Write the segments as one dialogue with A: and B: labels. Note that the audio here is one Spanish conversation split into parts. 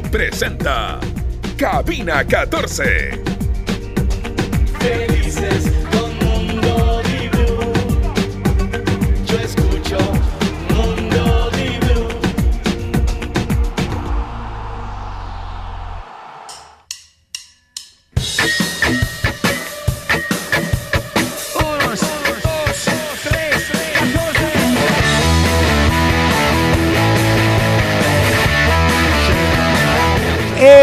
A: presenta Cabina 14.
B: Felices con Mundo Dibu. Yo escucho Mundo Dibu.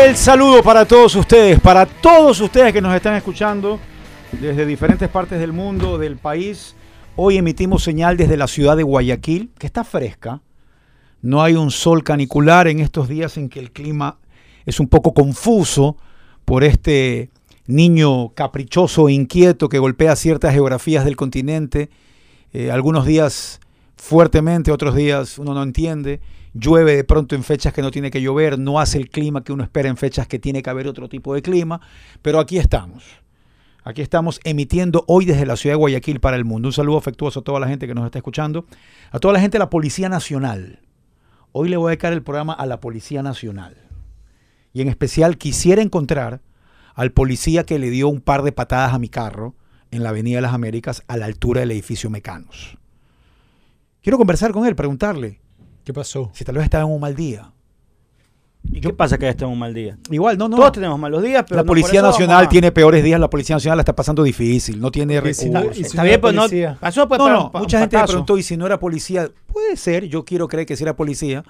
C: El saludo para todos ustedes, para todos ustedes que nos están escuchando desde diferentes partes del mundo, del país. Hoy emitimos señal desde la ciudad de Guayaquil, que está fresca. No hay un sol canicular en estos días en que el clima es un poco confuso por este niño caprichoso e inquieto que golpea ciertas geografías del continente. Eh, algunos días fuertemente, otros días uno no entiende. Llueve de pronto en fechas que no tiene que llover, no hace el clima que uno espera en fechas que tiene que haber otro tipo de clima, pero aquí estamos. Aquí estamos emitiendo hoy desde la ciudad de Guayaquil para el mundo. Un saludo afectuoso a toda la gente que nos está escuchando, a toda la gente de la Policía Nacional. Hoy le voy a dedicar el programa a la Policía Nacional. Y en especial quisiera encontrar al policía que le dio un par de patadas a mi carro en la Avenida de las Américas a la altura del edificio Mecanos. Quiero conversar con él, preguntarle
D: ¿Qué pasó?
C: si tal vez estaba en un mal día.
E: ¿Y qué pasa que este es un mal día?
C: Igual, no, no.
E: Todos tenemos malos días, pero
C: la
E: no
C: Policía
E: por eso
C: Nacional
E: vamos a-
C: tiene peores días, la Policía Nacional la está pasando difícil, no tiene
D: si la-
C: recursos.
D: y si
E: Está bien,
D: la
E: pues no.
D: policía-
E: Pasó pues
C: No,
E: para
C: no,
E: un pa- un
C: mucha gente me
E: patazo.
C: preguntó, ¿y si no era policía? Puede ser, yo quiero creer que si era policía.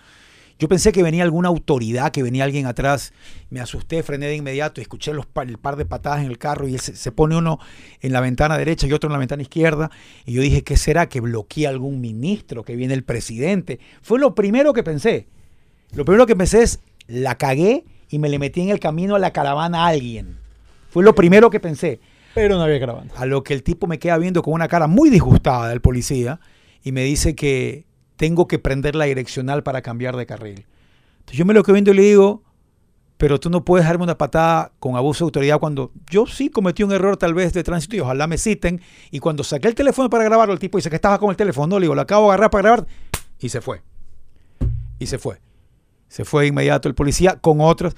C: Yo pensé que venía alguna autoridad, que venía alguien atrás. Me asusté, frené de inmediato, escuché los par, el par de patadas en el carro y se, se pone uno en la ventana derecha y otro en la ventana izquierda. Y yo dije, ¿qué será? ¿Que bloquea algún ministro? ¿Que viene el presidente? Fue lo primero que pensé. Lo primero que pensé es, la cagué y me le metí en el camino a la caravana a alguien. Fue lo primero que pensé.
D: Pero no había grabando.
C: A lo que el tipo me queda viendo con una cara muy disgustada del policía y me dice que tengo que prender la direccional para cambiar de carril. Entonces yo me lo quedo viendo y le digo, pero tú no puedes darme una patada con abuso de autoridad cuando yo sí cometí un error tal vez de tránsito y ojalá me citen. Y cuando saqué el teléfono para grabarlo, el tipo dice que estaba con el teléfono. No, le digo, lo acabo de agarrar para grabar y se fue. Y se fue. Se fue de inmediato el policía con otros.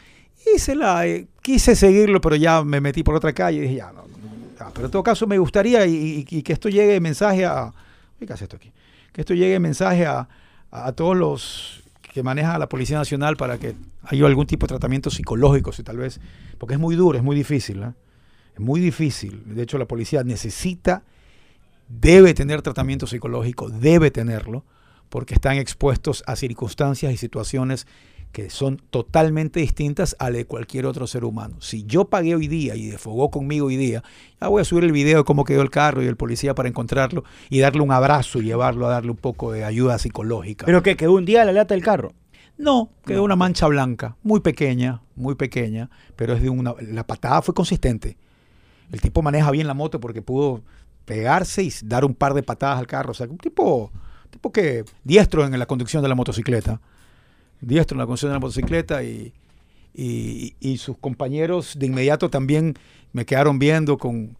C: Y se la, eh, quise seguirlo, pero ya me metí por otra calle y dije, ya, no, no, no, ya. Ah, Pero en todo caso me gustaría y, y- y que esto llegue de mensaje a... Uy, ¿qué hace esto aquí? Que esto llegue de mensaje a, a todos los que manejan a la Policía Nacional para que haya algún tipo de tratamiento psicológico, si tal vez... Porque es muy duro, es muy difícil, ¿eh? Es muy difícil. De hecho, la policía necesita, debe tener tratamiento psicológico, debe tenerlo, porque están expuestos a circunstancias y situaciones que son totalmente distintas a la de cualquier otro ser humano. Si yo pagué hoy día y defogó conmigo hoy día, ya voy a subir el video de cómo quedó el carro y el policía para encontrarlo y darle un abrazo y llevarlo a darle un poco de ayuda psicológica.
E: Pero que quedó un día la lata del carro.
C: No, quedó una mancha blanca, muy pequeña, muy pequeña, pero es de una. La patada fue consistente. El tipo maneja bien la moto porque pudo pegarse y dar un par de patadas al carro. O sea, un tipo, tipo que diestro en la conducción de la motocicleta. Diestro en la conducción de la motocicleta y, y- y sus compañeros de inmediato también me quedaron viendo con...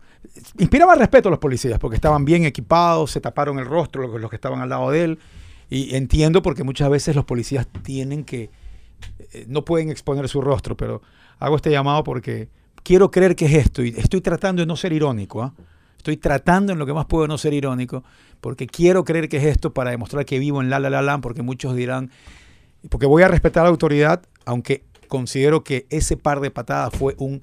C: Inspiraba respeto a los policías porque estaban bien equipados, se taparon el rostro los, los que estaban al lado de él. Y entiendo porque muchas veces los policías tienen que... eh, no pueden exponer su rostro, pero hago este llamado porque quiero creer que es esto y estoy tratando de no ser irónico. ¿ah? Estoy tratando en lo que más puedo no ser irónico porque quiero creer que es esto para demostrar que vivo en la la la la porque muchos dirán porque voy a respetar a la autoridad, aunque considero que ese par de patadas fue un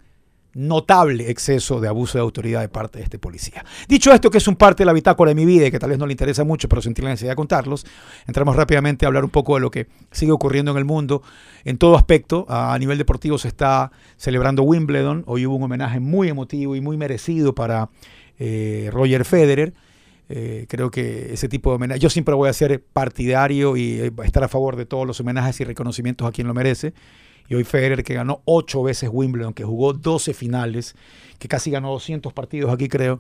C: notable exceso de abuso de autoridad de parte de este policía. Dicho esto, que es un parte de la bitácora de mi vida y que tal vez no le interesa mucho, pero sentí la necesidad de contarlos, entramos rápidamente a hablar un poco de lo que sigue ocurriendo en el mundo. En todo aspecto, a nivel deportivo se está celebrando Wimbledon, hoy hubo un homenaje muy emotivo y muy merecido para eh, Roger Federer. Eh, creo que ese tipo de homenaje, yo siempre voy a ser partidario y eh, estar a favor de todos los homenajes y reconocimientos a quien lo merece. Y hoy Federer, que ganó ocho veces Wimbledon, que jugó 12 finales, que casi ganó 200 partidos aquí, creo,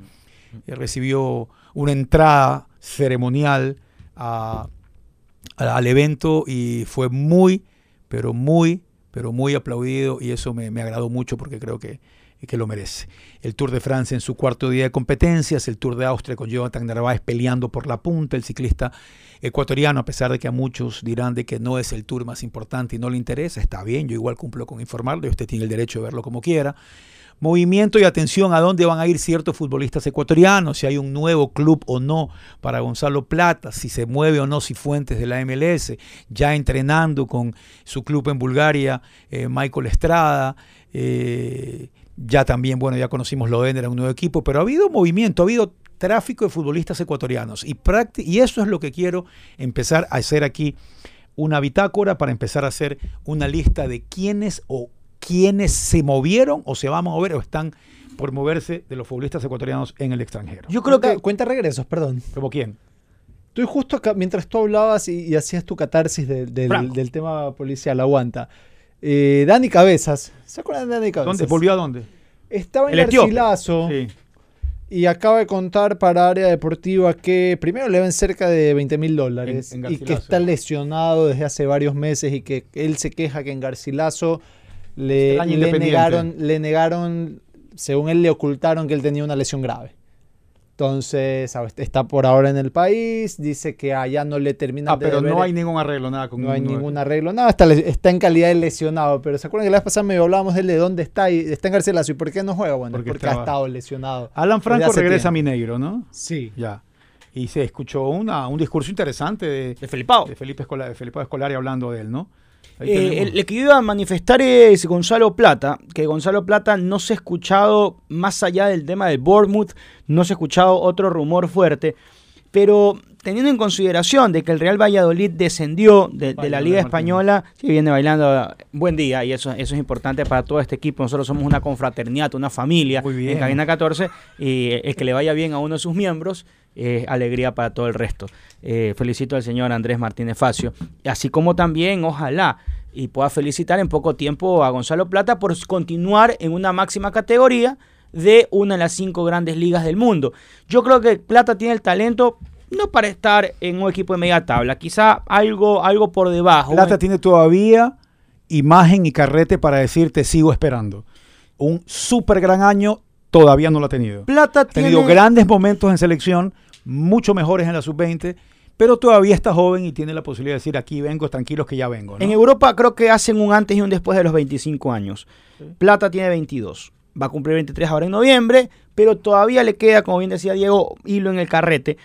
C: eh, recibió una entrada ceremonial a- a- al evento y fue muy, pero muy, pero muy aplaudido. Y eso me, me agradó mucho porque creo que y que lo merece. El Tour de Francia en su cuarto día de competencias, el Tour de Austria con Jonathan Narváez peleando por la punta, el ciclista ecuatoriano, a pesar de que a muchos dirán de que no es el tour más importante y no le interesa, está bien, yo igual cumplo con informarlo y usted tiene el derecho de verlo como quiera. Movimiento y atención a dónde van a ir ciertos futbolistas ecuatorianos, si hay un nuevo club o no para Gonzalo Plata, si se mueve o no Cifuentes de la MLS, ya entrenando con su club en Bulgaria, eh, Michael Estrada, eh, ya también, bueno, ya conocimos Loden, era un nuevo equipo, pero ha habido movimiento, ha habido tráfico de futbolistas ecuatorianos y, practi- y eso es lo que quiero empezar a hacer aquí una bitácora para empezar a hacer una lista de quiénes o quiénes se movieron o se van a mover o están por moverse de los futbolistas ecuatorianos en el extranjero.
D: Yo creo que. Cuenta regresos, perdón.
C: ¿Como quién?
D: Estoy justo acá, mientras tú hablabas y, y hacías tu catarsis de- del-
E: Franco.
D: del tema policial, aguanta. Eh, Dani Cabezas. ¿Se acuerdan de Dani Cabezas?
C: ¿Dónde? ¿Volvió a dónde?
D: Estaba en
E: El
D: el
E: etíope.
D: Garcilaso
C: Sí.
D: y acaba de contar para Área Deportiva que primero le ven cerca de 20 mil dólares
C: En- en
D: y que
C: Garcilaso.
D: está lesionado desde hace varios meses y que él se queja que en Garcilaso le,
C: Extraña
D: le
C: Independiente.
D: negaron, le negaron, según él le ocultaron que él tenía una lesión grave. Entonces, ¿sabes? está por ahora en el país, dice que allá no le terminan
C: Ah,
D: de
C: pero
D: ver-
C: no hay ningún arreglo, nada con
D: no hay
C: ninguno de-
D: ningún arreglo, nada, está, le- está en calidad de lesionado, pero ¿se acuerdan que la vez pasada medio hablábamos de él de dónde está y está en Garcilaso y por qué no juega? Bueno,
C: Porque
D: porque,
C: estaba- Ah,
D: ha estado lesionado.
C: Alan
D: desde
C: Franco
D: hace
C: regresa a
D: tiempo.
C: Mineiro, ¿no?
D: Sí.
C: Ya. Y se escuchó una, un discurso interesante de,
E: De Felipao.
C: de Felipe Escolari, de Felipe Escolari hablando de él, ¿no? Ahí
E: Eh,
C: tenemos.
E: el, el que iba a manifestar es Gonzalo Plata, que Gonzalo Plata no se ha escuchado, más allá del tema del Bournemouth, no se ha escuchado otro rumor fuerte, pero teniendo en consideración de que el Real Valladolid descendió de, de la
C: Bailando
E: Liga
C: Martín.
E: Española, si viene bailando, buen día, y eso, eso es importante para todo este equipo, nosotros somos una confraternidad, una familia
C: Muy bien.
E: en Cabina 14, y el que le vaya bien a uno de sus miembros, es alegría para todo el resto. Eh, felicito al señor Andrés Martínez Facio, así como también, ojalá, y pueda felicitar en poco tiempo a Gonzalo Plata por continuar en una máxima categoría de una de las cinco grandes ligas del mundo. Yo creo que Plata tiene el talento no para estar en un equipo de media tabla, quizá algo, algo por debajo.
C: Plata tiene todavía imagen y carrete para decir te sigo esperando. Un súper gran año todavía no lo ha tenido.
E: Plata
C: Ha tenido
E: tiene-
C: grandes momentos en selección, mucho mejores en la sub-20, pero todavía está joven y tiene la posibilidad de decir aquí vengo, tranquilos que ya vengo. ¿no?
E: En Europa creo que hacen un antes y un después de los 25 años. Plata tiene 22. Va a cumplir 23 ahora en noviembre, pero todavía le queda, como bien decía Diego, hilo en el carrete.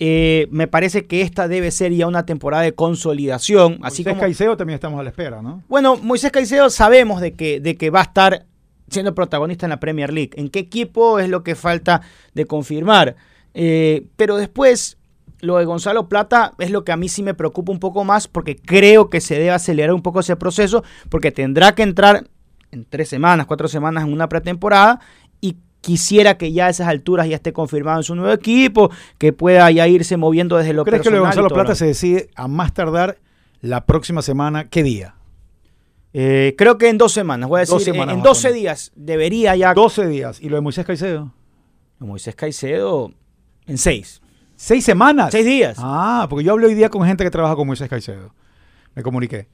E: Eh, me parece que esta debe ser ya una temporada de consolidación. Así
C: Moisés
E: como,
C: Caicedo también estamos a la espera, ¿no?
E: bueno, Moisés Caicedo sabemos de que, de que va a estar siendo protagonista en la Premier League. ¿En qué equipo es lo que falta de confirmar? Eh, pero después, lo de Gonzalo Plata es lo que a mí sí me preocupa un poco más porque creo que se debe acelerar un poco ese proceso porque tendrá que entrar en tres semanas, cuatro semanas en una pretemporada y quisiera que ya a esas alturas ya esté confirmado en su nuevo equipo, que pueda ya irse moviendo desde lo
C: ¿Crees que lo de
E: personal y
C: Gonzalo
E: todo
C: Plata
E: lo
C: se decide a más tardar la próxima semana? ¿Qué día?
E: Eh, creo que en dos semanas, voy a decir,
C: Dos semanas
E: en, en
C: va a
E: 12
C: poner.
E: días debería ya...
C: 12 días. ¿Y lo de Moisés Caicedo?
E: Moisés Caicedo en seis.
C: ¿Seis semanas?
E: Seis días.
C: Ah, porque yo hablé hoy día con gente que trabaja con Moisés Caicedo. Me comuniqué.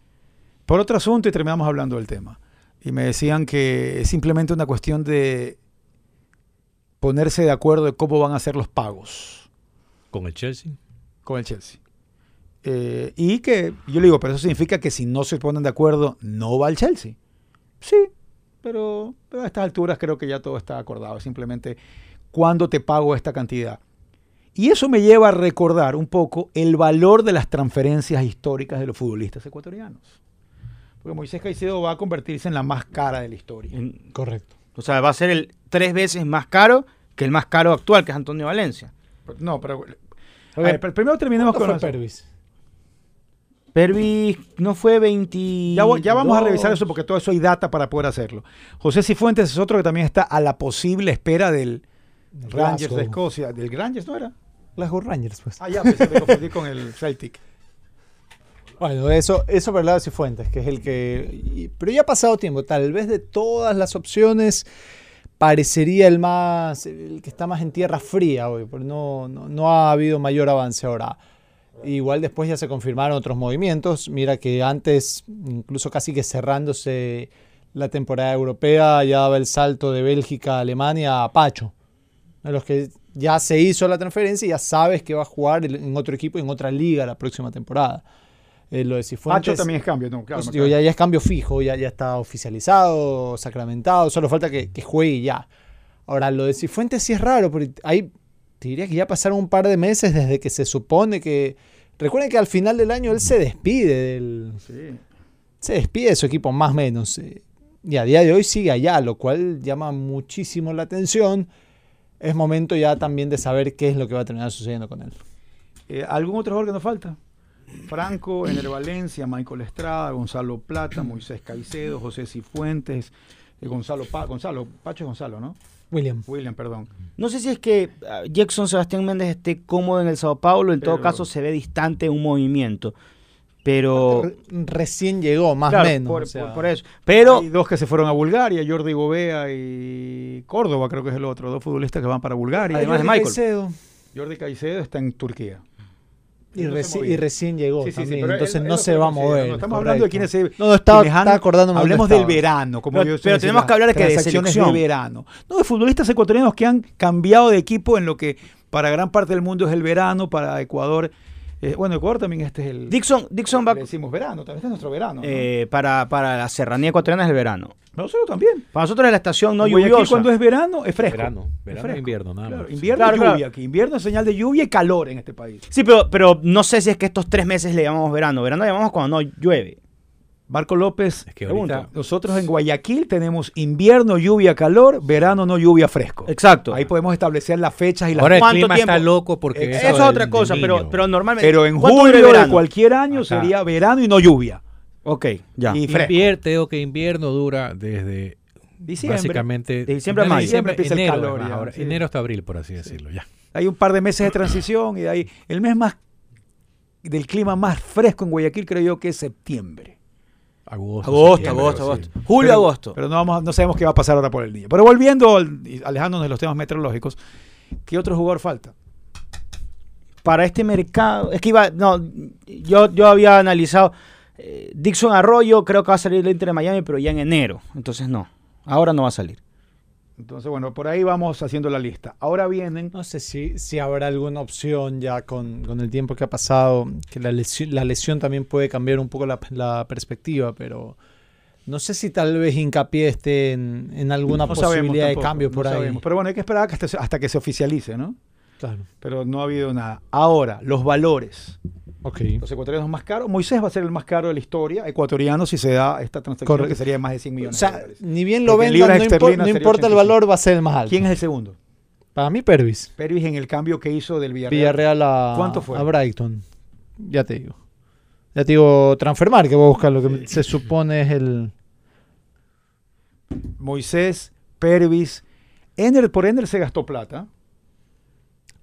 C: Por otro asunto y terminamos hablando del tema. Y me decían que es simplemente una cuestión de ponerse de acuerdo de cómo van a ser los pagos
F: Con el Chelsea.
C: con el Chelsea. Eh, y que yo le digo, pero eso significa que si no se ponen de acuerdo, no va al Chelsea. Sí, pero, pero a estas alturas creo que ya todo está acordado. Simplemente, ¿cuándo te pago esta cantidad? Y eso me lleva a recordar un poco el valor de las transferencias históricas de los futbolistas ecuatorianos. Porque Moisés Caicedo va a convertirse en la más cara de la historia.
E: En-
D: Correcto.
E: o sea, va a ser el tres veces más caro que el más caro actual, que es Antonio Valencia.
C: No, pero... a
D: Eh,
C: ver, pero primero terminemos con...
D: ¿Cuánto
C: las-
D: fue Pervis?
E: Pervis no fue 20.
C: Ya, voy- ya vamos a revisar eso porque todo eso hay data para poder hacerlo. José Cifuentes es otro que también está a la posible espera del Rangers
D: Glasgow.
C: de Escocia. ¿Del Rangers no era?
D: Glasgow Rangers, pues.
C: Ah, ya, pensé que me confundí con el Celtic.
D: Bueno, eso, eso por el lado de Cifuentes, que es el que. y- pero ya ha pasado tiempo. Tal vez de todas las opciones parecería el más. el que está más en tierra fría hoy. Pero no, no, no ha habido mayor avance ahora. Igual después ya se confirmaron otros movimientos. Mira que antes, incluso casi que cerrándose la temporada europea ya daba el salto de Bélgica a Alemania a Pacho, de los que ya se hizo la transferencia y ya sabes que va a jugar el- en otro equipo, en otra liga la próxima temporada. Eh, lo de Cifuentes,
C: Pacho también es cambio, no, claro.
D: pues,
C: me
D: digo,
C: aclaro.
D: ya, ya es cambio fijo, ya, ya está oficializado, sacramentado, solo falta que, que juegue y ya. Ahora, lo de Cifuentes sí es raro, porque ahí te diría que ya pasaron un par de meses desde que se supone que... Recuerden que al final del año él se despide del,
C: Sí.
D: se despide de su equipo más o menos. eh, Y a día de hoy sigue allá, lo cual llama muchísimo la atención. Es momento ya también de saber qué es lo que va a terminar sucediendo con él.
C: Eh, ¿Algún otro jugador que nos falta? Franco, Ener Valencia, Michael Estrada, Gonzalo Plata, Moisés Caicedo, José Cifuentes, eh, Gonzalo, Pa- Gonzalo, Pacho Gonzalo, ¿no?
D: William.
C: William, perdón.
E: No sé si es que ah, Jackson Sebastián Méndez esté cómodo en el Sao Paulo, en todo
C: Pero-
E: caso se ve distante un movimiento. Pero.
D: Recién llegó, más o
E: Claro,
D: menos.
E: Por,
D: o sea,
E: por- por eso. Pero.
C: Hay dos que se fueron a Bulgaria, Jordi Gobea y Córdoba, creo que es el otro. Dos futbolistas que van para Bulgaria.
E: además de
D: Jordi
E: Michael.
D: Caicedo,
C: Jordi Caicedo está en Turquía.
D: Y,
C: No se
D: reci-
C: movía.
D: y recién llegó
C: Sí, sí, sí,
D: también,
C: pero él-
D: entonces
C: él
D: no
C: lo
D: se va a
C: conocía,
D: mover.
C: no, estamos hablando de quiénes se-
D: No, no, estaba,
C: que les han-
D: estaba acordándome. dónde
C: Hablemos del
D: estaba.
C: verano, como
E: Pero-
C: yo
E: pero tenemos que hablar que de
C: transacciones
E: selección.
C: verano. No, de futbolistas ecuatorianos que han cambiado de equipo en lo que para gran parte del mundo es el verano, para Ecuador. eh, bueno, Ecuador también este es el.
E: Dixon, Dixon va.
C: le decimos verano, también este es nuestro verano. ¿no?
E: eh, para, para la serranía ecuatoriana es el verano.
C: Nosotros también.
E: Para nosotros es la estación no
C: En Guayaquil,
E: lluviosa.
C: cuando es verano, es fresco.
F: Verano,
C: Es
F: verano, e
C: fresco.
F: invierno, nada
C: Claro,
F: más.
C: invierno
E: Claro,
C: es lluvia
E: claro.
C: aquí. Invierno es señal de lluvia y calor en este país.
E: Sí, pero, pero no sé si es que estos tres meses le llamamos verano. Verano le llamamos cuando no llueve.
C: Marco López
F: Es que
C: pregunta,
F: ahorita-
C: nosotros en Guayaquil tenemos invierno, lluvia, calor, verano, no lluvia, fresco.
E: Exacto.
C: Ahí podemos establecer las fechas y las
F: Ahora el
E: ¿Cuánto
F: clima está
E: tiempo?
F: loco porque
E: Eso Eh, es
F: del-
E: otra
F: del
E: cosa, pero,
F: niño.
E: pero normalmente.
C: Pero en
E: ¿cuánto dura el
C: julio de
E: verano?
C: cualquier año
F: Ajá.
C: sería verano y no lluvia.
E: Ok, ya.
C: Y fresco.
F: Invierte, digo que invierno dura desde
C: Diciembre.
F: básicamente
E: De diciembre a
F: finales de
E: mayo.
F: diciembre,
C: Empieza el
F: enero,
C: calor
F: además,
C: ya,
F: ahora,
C: sí.
F: enero hasta abril, por así decirlo, ya.
C: Hay un par de meses de transición y de ahí el mes más del clima más fresco en Guayaquil creo yo que es septiembre.
F: Agosto,
E: Agosto,
F: septiembre,
E: agosto,
F: sí.
E: agosto. Julio,
C: Pero-
E: agosto.
C: Pero no vamos a- no sabemos qué va a pasar ahora por el niño. Pero volviendo al- y alejándonos de los temas meteorológicos, ¿qué otro jugador falta?
E: para este mercado. Es que iba. No, yo, yo había analizado. eh, Dixon Arroyo creo que va a salir el Inter de Miami, pero ya en enero. Entonces no. Ahora no va a salir.
C: Entonces, bueno, por ahí vamos haciendo la lista. Ahora vienen
D: No sé si, si habrá alguna opción ya con, con el tiempo que ha pasado, que la lesión, la lesión también puede cambiar un poco la, la perspectiva, pero no sé si tal vez hincapié esté en, en alguna
C: no sabemos
D: posibilidad
C: tampoco,
D: de cambio
C: no
D: por ahí.
C: sabemos. Pero bueno, hay que esperar hasta, hasta que se oficialice, ¿no?
D: Claro,
C: Pero no ha habido nada. Ahora, los valores.
D: ok.
C: Los ecuatorianos más caros. Moisés va a ser el más caro de la historia ecuatoriano si se da esta transacción
D: Correcto.
C: que sería de más de 100
D: O
C: millones de
D: sea,
C: dólares.
D: ni bien lo
C: Porque en
D: vendan, no,
C: libras
D: impor-
C: esterlinas
D: no
C: sería
D: importa el
C: 85.
D: valor, va a ser el más alto.
C: ¿Quién es el segundo?
D: Para mí, Pervis.
C: Pervis en el cambio que hizo del Villarreal.
D: Villarreal a,
C: ¿Cuánto fue?
D: a Brighton. Ya te digo. Ya te digo, transfermar, que voy a buscar lo que se supone es el...
C: Moisés, Pervis. Ener, por Ener se gastó plata.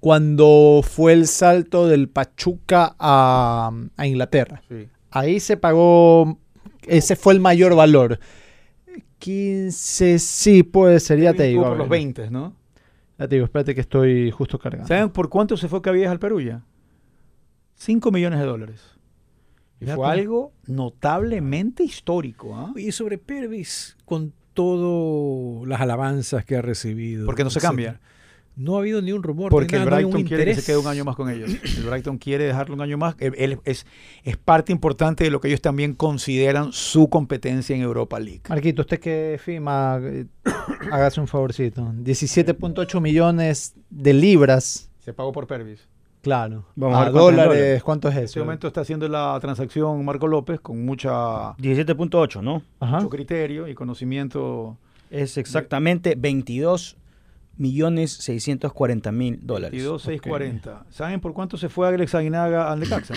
D: cuando fue el salto del Pachuca a, a Inglaterra. Ahí se pagó, ese fue el mayor valor. 15, sí, puede ser, ya te
C: Pervis
D: digo.
C: estuvo
D: a
C: Por los
D: ver.
C: 20, ¿no?
D: Ya te digo, espérate que estoy justo cargando.
C: ¿Saben por cuánto se fue Cabides al Perú ya? 5 millones de dólares. Y
D: Ya
C: fue
D: con-
C: algo notablemente histórico. ¿ah?
F: Y sobre Pervis, con todas las alabanzas que ha recibido.
C: Porque no se
F: etcétera,
C: cambia.
F: No ha habido ni un rumor.
C: Porque
F: ni
C: el
F: nada, no hay un
C: Brighton quiere que se
F: interés.
C: quede un año más con ellos. El Brighton quiere dejarlo un año más. Él, él es, es parte importante de lo que ellos también consideran su competencia en Europa League.
D: Marquito, usted que firma, eh, hágase un favorcito. 17.8 millones de libras,
C: Se pagó por Pervis.
D: claro.
E: Vamos a
D: a
E: ver cuánto es en
D: dólares,
E: dólares.
D: ¿cuánto es
C: En este
D: eso?
C: momento está haciendo la transacción Marco López con mucha,
E: 17.8, ¿no?
D: Ajá.
C: mucho criterio y conocimiento.
E: Es exactamente 22 millones 640 mil dólares.
C: 22,640. ¿Saben por cuánto se fue Alex Aguinaga al Necaxa?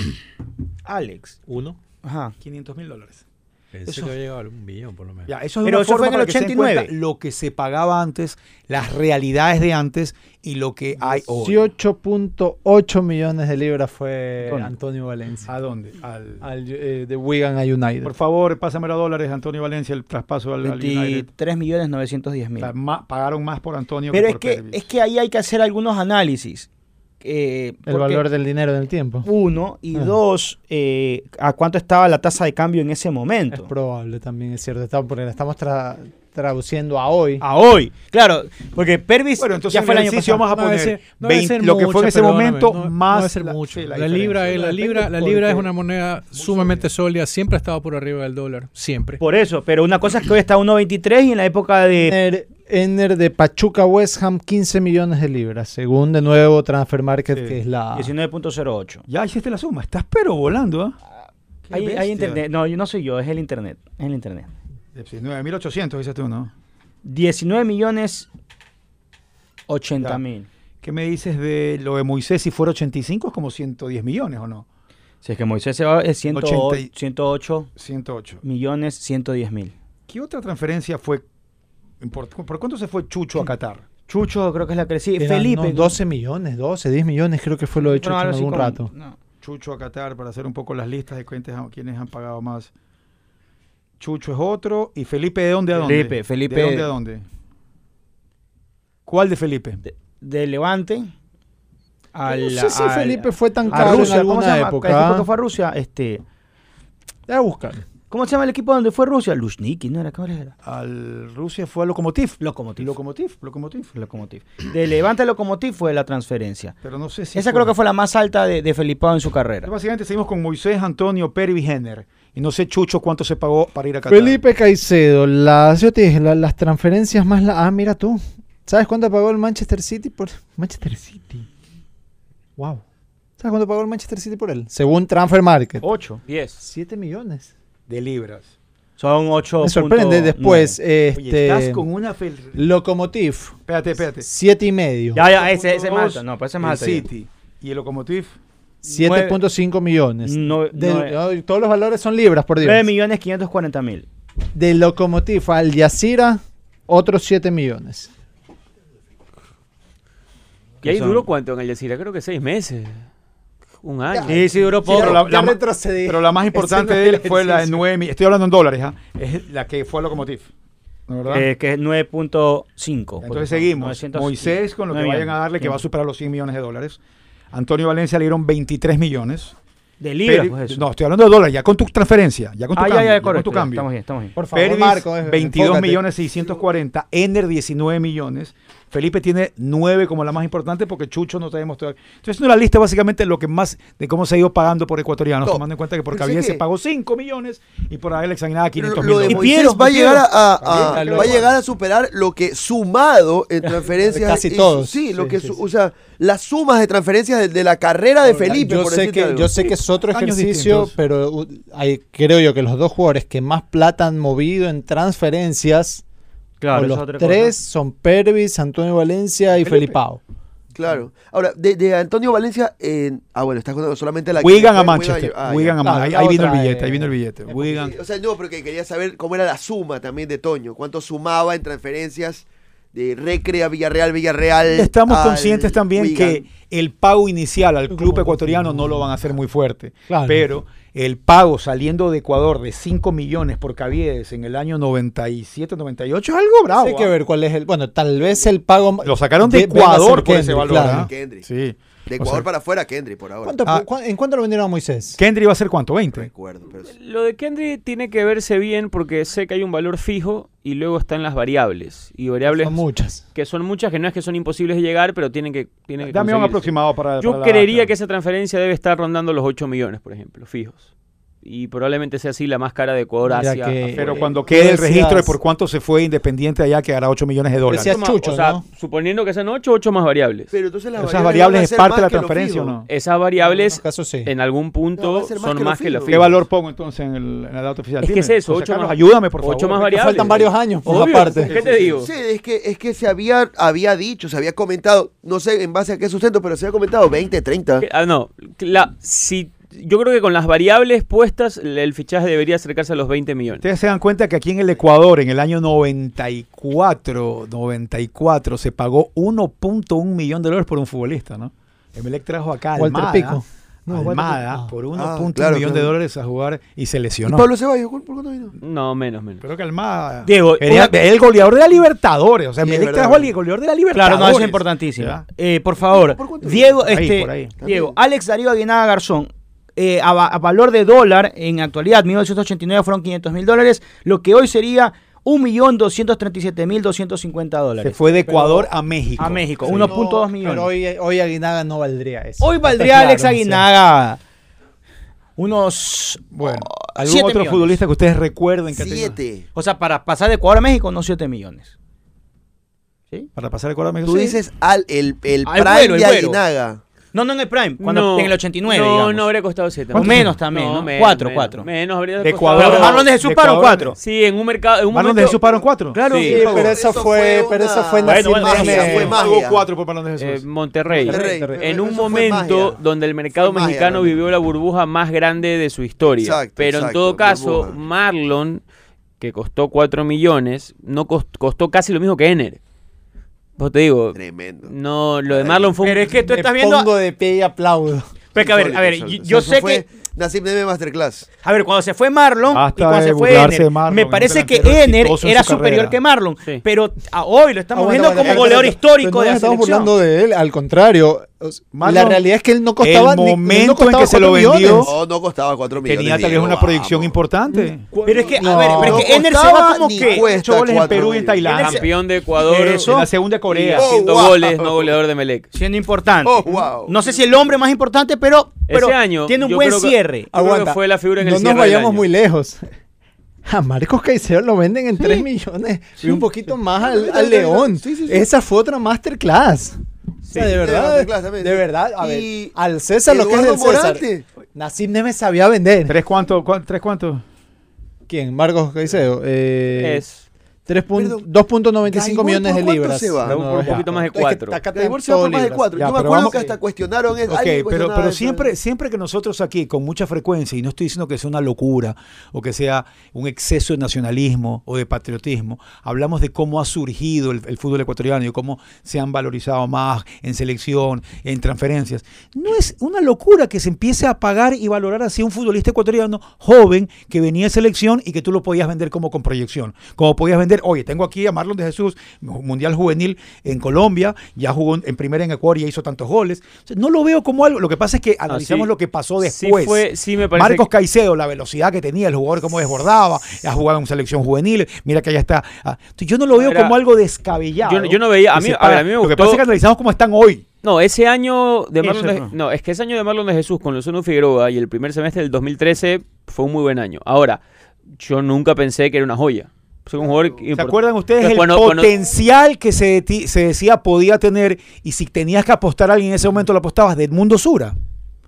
E: Alex.
F: Uno.
E: Ajá.
C: 500 mil dólares.
F: Pensé
C: Eso-
F: que había llegado a un millón, por lo menos.
C: Ya, eso es
E: Pero
C: una
E: eso
C: forma
E: fue en el
C: para que se den
E: 89.
C: cuenta lo que se pagaba antes, las realidades de antes y lo que hay hoy.
D: 18.8 millones de libras fue
E: Antonio.
D: Antonio Valencia.
C: ¿A dónde? Al,
D: Ah. al, eh, de Wigan a United.
C: Por favor, pásamelo a dólares, Antonio Valencia, el traspaso al, al United.
E: 23 millones 910
C: O
E: mil.
C: sea, ma- pagaron más por Antonio
E: Pero
C: que
E: es
C: por
E: que,
C: Pervis.
E: es que ahí hay que hacer algunos análisis. eh,
D: El
E: porque-
D: valor del dinero del tiempo.
E: uno y
D: Ajá.
E: dos, eh, ¿a cuánto estaba la tasa de cambio en ese
D: Es
E: momento?
D: probable también, es cierto. Está, porque la estamos tra- traduciendo a hoy.
E: A hoy, claro, porque Pervis
C: Bueno, entonces
E: ya fue el año
C: ejercicio
E: pasado.
C: vamos a
F: No debe
C: poner
F: ser- no debe
C: 20
F: ser
C: lo que fue en
F: mucho,
C: ese
F: perdóname,
C: momento
F: no-
C: más
F: no debe ser
C: la-
F: mucho.
C: sí, la
F: La,
C: diferencia.
F: libra, es, la
C: Depende
F: libra, la
C: porque-
F: libra es una moneda sumamente sólida, siempre ha estado por arriba del dólar, siempre.
E: Por eso, pero una cosa es que hoy está a 1.23 y en la época de...
D: Ener, Ener de Pachuca West Ham, 15 millones de libras, según de nuevo Transfer Market,
C: Sí.
D: que es la...
E: 19.08.
C: Ya hiciste la suma, estás pero volando, ¿ah? Qué
E: Hay, hay
C: bestia.
E: internet. No, yo no soy yo, es el internet. Es el internet.
C: 19.800 dices tú, ¿no?
E: 19 millones 80
C: Ya.
E: mil.
C: ¿Qué me dices de lo de Moisés si fuera 85 es como 110 millones o no?
E: Si es que Moisés se va, es 108,
C: 80 y-
E: 108
C: 108.
E: millones 110 mil.
C: ¿Qué otra transferencia fue import- ¿Por cuánto se fue Chucho a Qatar?
E: Chucho, creo que es la que sí.
D: Eran,
E: Eh, Felipe.
D: no, 12 millones, 12, 10 millones creo que fue lo de hecho
E: Bueno,
D: en
E: algo así
D: algún
E: como-
D: rato.
E: no.
C: Chucho a Qatar para hacer un poco las listas de cuentes a quienes han pagado más. Chucho es otro. ¿Y Felipe de dónde a dónde?
E: Felipe, Felipe-
C: ¿De dónde a dónde? ¿Cuál de Felipe?
E: De Levante. A
D: no
E: la-
D: sé si
E: a la-
D: Felipe fue tan
E: a
D: caro
E: Rusia,
D: en
E: ¿cómo se
D: alguna
E: llama?
D: época. ¿eh?
E: que fue a Rusia? Este,
D: Ya buscar.
E: ¿Cómo se llama el equipo donde fue Rusia? Lushniki, ¿no era? ¿Cuál era?
C: Al Rusia fue a Lokomotiv.
E: Lokomotiv.
C: Lokomotiv, Lokomotiv.
E: Lokomotiv. De Levante a Lokomotiv fue la transferencia.
C: Pero no sé si.
E: Esa creo que fue la más alta de, de Felipao en su carrera.
C: Básicamente seguimos con Moisés, Antonio, Pervis, Henner. Y no sé, Chucho, cuánto se pagó para ir a Qatar.
D: Felipe Caicedo, las, yo te dije, la- las transferencias más... La, ah, mira tú. ¿Sabes cuánto pagó el Manchester City por... Manchester City. Wow. ¿Sabes cuánto pagó el Manchester City por él? Según Transfer Market.
E: 8, 10.
D: 7 millones.
C: De libras.
E: Son 8.
D: Me sorprende después. Este,
C: Oye, estás con una. fel-
D: Locomotiv,
C: Espérate, espérate.
D: 7 y medio.
E: Ah, Ya, ya, ese, ese es más
C: 8.2,
E: alto. No, pues ese es
C: El
E: más alto. ya.
C: City. ¿Y el Lokomotiv?
D: 7.5 millones.
E: No-
D: Del-
E: no-
D: ay, todos los valores son libras, por Dios.
E: 9 millones 540 mil.
D: De Locomotiv al Yacira, otros 7 millones.
G: ¿Y ahí
E: son-
G: duró cuánto en el Yacira? Creo que seis meses. Un año.
E: Sí, sí, duró
C: pero, la,
E: poco.
C: la ma- pero la más importante de él fue la de 9 millones. Estoy hablando en dólares, ¿ah? Es la que fue a Lokomotiv. ¿no, ¿Verdad?
E: eh, que es 9.5.
C: Entonces seguimos.
E: 900
C: Moisés con lo que
E: nueve
C: vayan a
E: millones.
C: darle, que va a superar los 100 millones de dólares. Antonio Valencia le dieron 23 millones.
E: De libras,
C: Peri-
E: pues eso.
C: No, estoy hablando de dólares, ya con tu transferencia, ya con tu
E: ah,
C: cambio.
E: ya,
C: ya
E: ya,
C: con
E: correcto.
C: tu
E: ya,
C: cambio.
E: Estamos bien, estamos bien.
D: Por favor,
C: Pervis,
D: Marco, eh,
C: 22
D: enfócate.
C: millones 640. Ener, 19 millones. Felipe tiene 9 como la más importante porque Chucho no tenemos todavía. Estoy haciendo la lista básicamente de lo que más, de cómo se ha ido pagando por ecuatorianos, tomando en cuenta que por
H: Pensé
C: Cavier se
H: que-
C: pagó 5 millones y por haber examinado
H: Pero
C: 500
H: lo de
E: Y
C: mil.
H: Moisés
E: Piero,
H: va a
E: Piero.
H: llegar a, a- a-
D: También, claro.
H: va a llegar a superar lo que sumado en transferencias
D: Casi
H: hizo-
D: todos.
H: sí, lo
D: Sí,
H: que
D: sí,
H: su-
D: sí.
H: o sea las sumas de transferencias de, de la carrera de Felipe
D: yo
H: por
D: sé
H: decirte
D: que
H: algo.
D: yo sé que es otro
C: Años
D: ejercicio,
C: distintos.
D: pero uh, hay- creo yo que los dos jugadores que más plata han movido en transferencias, o
E: Claro, esa es
D: los
E: otra cosa.
D: tres son Pervis, Antonio Valencia y Felipao.
H: claro ahora de, de Antonio Valencia en- ah bueno estás contando solamente la que-
C: Wigan a
H: Wigan-
C: Manchester.
H: ah, ya.
C: Wigan a
D: Ah,
C: Manchester. Ahí-
D: la
C: Ahí vino el
D: otra,
C: billete, ahí
D: eh,
C: vino el billete. Wigan.
H: Sí, o sea no pero que quería saber cómo era la suma también de Toño cuánto sumaba en transferencias de Recrea Villarreal Villarreal
C: Estamos
H: al
C: conscientes también que
H: Wigan.
C: el pago inicial al club ecuatoriano no lo van a hacer muy fuerte.
D: Claro.
C: Pero el pago saliendo de Ecuador de 5 millones por Caviedes en el año 97, 98 es algo bravo.
D: Hay que
C: ¿ah?
D: ver cuál es el, bueno, tal vez el pago ma-
C: Lo sacaron de
D: venga a ser
C: Ecuador por ese
D: Kendrick,
C: valor, ¿ah?
H: Kendrick.
C: Sí.
H: de
C: O
H: Ecuador
C: sea-
H: para afuera Kendrick por ahora
D: ¿Cuánto-
C: Ah.
D: cu- ¿En cuánto lo vendieron a Moisés?
C: Kendry va a ser cuánto, 20.
H: recuerdo pero sí.
G: Lo de Kendry tiene que verse bien porque sé que hay un valor fijo y luego están las variables. Y variables
D: Son muchas.
G: que son muchas, que no es que son imposibles de llegar, pero tienen que. Tienen que
C: Dame un
G: conseguirse.
C: aproximado para.
G: Yo
C: para la
G: creería
C: data.
G: que esa transferencia debe estar rondando los 8 millones, por ejemplo, fijos. Y probablemente sea así la más cara de Ecuador
D: Mira
G: hacia.
D: que-
G: afuera.
C: Pero
D: Eh,
C: cuando
D: tú
C: quede el
D: decías-
C: registro de por cuánto se fue Independiente allá, quedará 8 millones de dólares.
D: decías-
G: Ocho más-
D: Chucho,
G: o sea,
D: ¿no?
G: suponiendo que sean 8, 8 más variables.
H: pero entonces las
C: ¿Esas
H: van
C: variables
H: a
C: es
H: ser
C: parte
H: más
C: de la
H: que lo
C: transferencia o
H: fijo.
C: no?
G: Esas
D: En algunos
G: variables
D: casos sí.
G: en algún punto
H: No, va a ser más
G: son
H: que lo
G: más que lo
H: fijo.
G: fijo.
C: ¿Qué valor pongo entonces en el, en la data oficial?
G: Es que
C: Dime,
G: es eso,
C: José
G: ocho
C: Carlos,
G: más-
C: ayúdame, por favor.
G: ocho más variables.
D: Faltan varios años, pues,
G: Obvio,
D: aparte.
G: ¿Qué te digo?
H: Sí, es que, es que se había, había dicho, se había comentado, no sé en base a qué sustento, pero se había comentado 20, 30.
G: Que- Ah, no. La, si, yo creo que con las variables puestas, el el fichaje debería acercarse a los 20 millones.
C: Ustedes se dan cuenta que aquí en el Ecuador, en el año 94, 94, se pagó 1.1 millón de dólares por un futbolista, ¿no? Emelec trajo acá a
D: Walter
C: Almada,
D: Pico. No, bueno,
C: Almada
D: ah.
C: por
H: Ah,
C: 1.1
H: claro,
C: millón de
H: claro.
C: dólares a jugar y se
H: ¿Y
C: lesionó.
H: Pablo Ceballos? ¿Por por cuánto vino?
G: No, menos, menos.
C: Pero que Almada.
E: Diego,
C: Era
E: una-
C: el goleador de la Libertadores. O sea,
H: Sí,
C: me
H: es verdad,
C: trajo al
H: verdad.
C: goleador de la
E: Claro,
C: Libertadores.
E: no, eso es importantísimo.
C: ¿Ya?
E: Eh, por favor,
H: ¿Por cuánto?
E: Diego,
C: Por ahí,
E: este,
C: por ahí.
E: Diego,
H: También.
E: Alex Darío Aguinaga Garzón, eh, a, va- a valor de dólar, en actualidad, 1989 fueron 500 mil dólares, lo que hoy sería 1.237.250
C: Se
E: dólares.
C: fue de Ecuador a México.
E: A México,
C: Sí.
E: uno- 1.2
D: No,
E: millones.
D: Pero hoy, hoy Aguinaga no valdría eso.
E: Hoy
D: Está
E: valdría
D: claro, o
E: Alex
D: sea,
E: Aguinaga unos...
C: Bueno,
E: oh,
C: ¿algún
E: siete
C: otro
E: millones.
C: futbolista que ustedes recuerden que ha tenido-
H: Siete.
E: O sea, para pasar de Ecuador a México, no 7 millones. ¿Sí?
C: Para pasar el cuadro a México.
H: Tú
C: sí.
H: dices al, el, el
E: Ah,
H: prime
E: el güero, el
H: de
E: güero.
H: Aguinaga.
E: No, no en el Prime, cuando,
G: No,
E: en el 89,
G: No,
E: digamos.
G: no habría costado 7.
E: O menos también, ¿no? Cuatro, cuatro.
G: Menos habría
C: De
G: costado.
C: Ecuador.
E: Pero Marlon de Jesús
C: De
E: paró
C: Ecuador.
E: 4.
G: Sí, en un mercado. En un
C: Marlon de
G: momento-
C: Jesús pararon cuatro.
G: Claro,
D: Sí,
G: sí.
D: pero eso fue,
H: una-
D: pero eso fue
H: Bueno,
D: naciendo
G: bueno,
D: en-
H: magia, fue magia.
C: Hubo cuatro por Marlon de
G: eh,
C: Jesús.
G: Monterrey. Eh,
H: Monterrey,
G: En
H: pero
G: un
H: eso fue
G: momento
H: magia.
G: donde el mercado
H: Fue magia,
G: mexicano
H: realmente.
G: vivió la burbuja más grande de su historia.
H: Exacto,
G: pero en
H: exacto,
G: todo caso,
H: burbuja.
G: Marlon, que costó 4 millones, no cos- costó casi lo mismo que Ener. Vos te digo,
H: Tremendo.
G: no, lo de Marlon fue un-
E: Pero es que tú
D: Me
E: estás viendo...
D: pongo de pie y aplaudo.
E: Pero que, a ver, a ver,
H: Insólito, insólito.
E: yo, yo
H: O sea,
E: sé
H: eso fue
E: que...
H: Nasib Neme Masterclass.
E: A ver, cuando se fue Marlon
C: Hasta
E: y cuando
C: de
E: se fue
C: burlarse de
E: Ener,
C: Marlon,
E: me
C: un
E: parece que
C: delantero
E: Ener
C: exitoso en
E: era
C: su
E: superior
C: carrera.
E: que Marlon,
G: Sí.
E: pero a hoy lo estamos
D: Ah, bueno,
E: viendo
D: bueno,
E: como
D: pero-
E: goleador
D: pero-
E: histórico
D: pero
E: de la
D: estamos
E: selección.
D: burlando de él, al contrario. O sea, la
C: Marlon,
D: realidad es que él no costaba
C: el
D: ni-
C: momento
D: no costaba
C: en que se lo
D: cuatro
C: vendió,
D: millones.
H: No, no costaba 4 millones.
C: Tenía tal vez
H: Diego,
C: una proyección
H: ah, vamos.
C: importante.
E: Pero es que, a
D: No,
E: ver, pero
D: no
E: es que Ener se va
H: costaba
E: como
H: ni
E: que...
H: cuesta
C: Ocho goles en
H: cuatro
C: Perú y en
H: millones.
C: Tailandia.
G: campeón de Ecuador.
E: Eso.
C: En la segunda Corea.
H: Oh,
G: Haciendo
H: wow.
G: goles, no goleador de Melec.
E: Siendo importante.
H: Oh, wow.
E: No sé si el hombre más importante, pero, pero
G: Ese año,
E: tiene un
G: yo
E: buen
G: creo que-
E: cierre.
G: creo que fue la figura en el
D: no
G: cierre
D: nos
G: del
D: vayamos
G: año.
D: muy lejos. A Marcos Caicedo lo venden en 3 millones y un poquito más al, al León.
H: Sí, sí, sí.
D: Esa fue otra masterclass. O sea, de verdad,
H: masterclass también,
D: de
H: sí.
D: verdad, a ver,
H: Y
D: al César lo que es
H: Eduardo
D: del César.
H: Morante.
D: Nasib Nemes sabía vender.
C: ¿Tres cuánto? cuán- ¿Tres cuánto?
D: ¿Quién? Marcos Caicedo. Eh,
G: Es.
D: tres pun-
H: Perdón.
D: 2.95
H: Gaibor,
D: millones de
H: ¿por cuánto
D: libras.
H: se va?
D: No,
G: Por un
D: ya.
G: poquito más de
D: Es que
G: cuatro.
D: acá está
H: Gaibor se va
D: todo
H: por más de
D: libras.
H: 4.
C: Ya,
H: Yo me
C: pero
H: acuerdo
C: vamos-
H: que hasta cuestionaron.
C: Ok, pero, pero siempre, siempre que nosotros aquí, con mucha frecuencia, y no estoy diciendo que sea una locura o que sea un exceso de nacionalismo o de patriotismo, hablamos de cómo ha surgido el, el fútbol ecuatoriano y cómo se han valorizado más en selección, en transferencias. No es una locura que se empiece a pagar y valorar así un futbolista ecuatoriano joven que venía de selección y que tú lo podías vender como con proyección. Como podías vender, oye, tengo aquí a Marlon de Jesús, Mundial Juvenil en Colombia, ya jugó en- en primera en Ecuador, ya hizo tantos goles. O sea, no lo veo como algo. Lo que pasa es que analizamos
G: sí.
C: lo que pasó
G: Sí
C: después.
G: fue- sí me parece
C: Marcos
G: que-
C: Caicedo, la velocidad que tenía, el jugador cómo desbordaba, ha jugado en selección juvenil, mira que allá está. Ah, entonces Yo no lo veo
G: Ahora,
C: como algo descabellado.
G: yo no- yo no veía- a
C: que
G: mí-
C: se
G: a ver,
C: paga.
G: a mí me
C: Lo que
G: gustó-
C: pasa es que analizamos cómo están hoy.
G: No, ese año de
E: Ese
G: Marlon de,
E: no.
G: no, es que ese año de Marlon de Jesús con Luciano Figueroa y el primer semestre del 2013 fue un muy buen año. Ahora, yo nunca pensé que era una joya. Soy un jugador
C: ¿Se acuerdan ustedes
G: Entonces, pues
C: el
G: cuando- cuando-
C: potencial que se, deti- se decía podía tener y si tenías que apostar a alguien en ese momento lo apostabas del mundo Sura?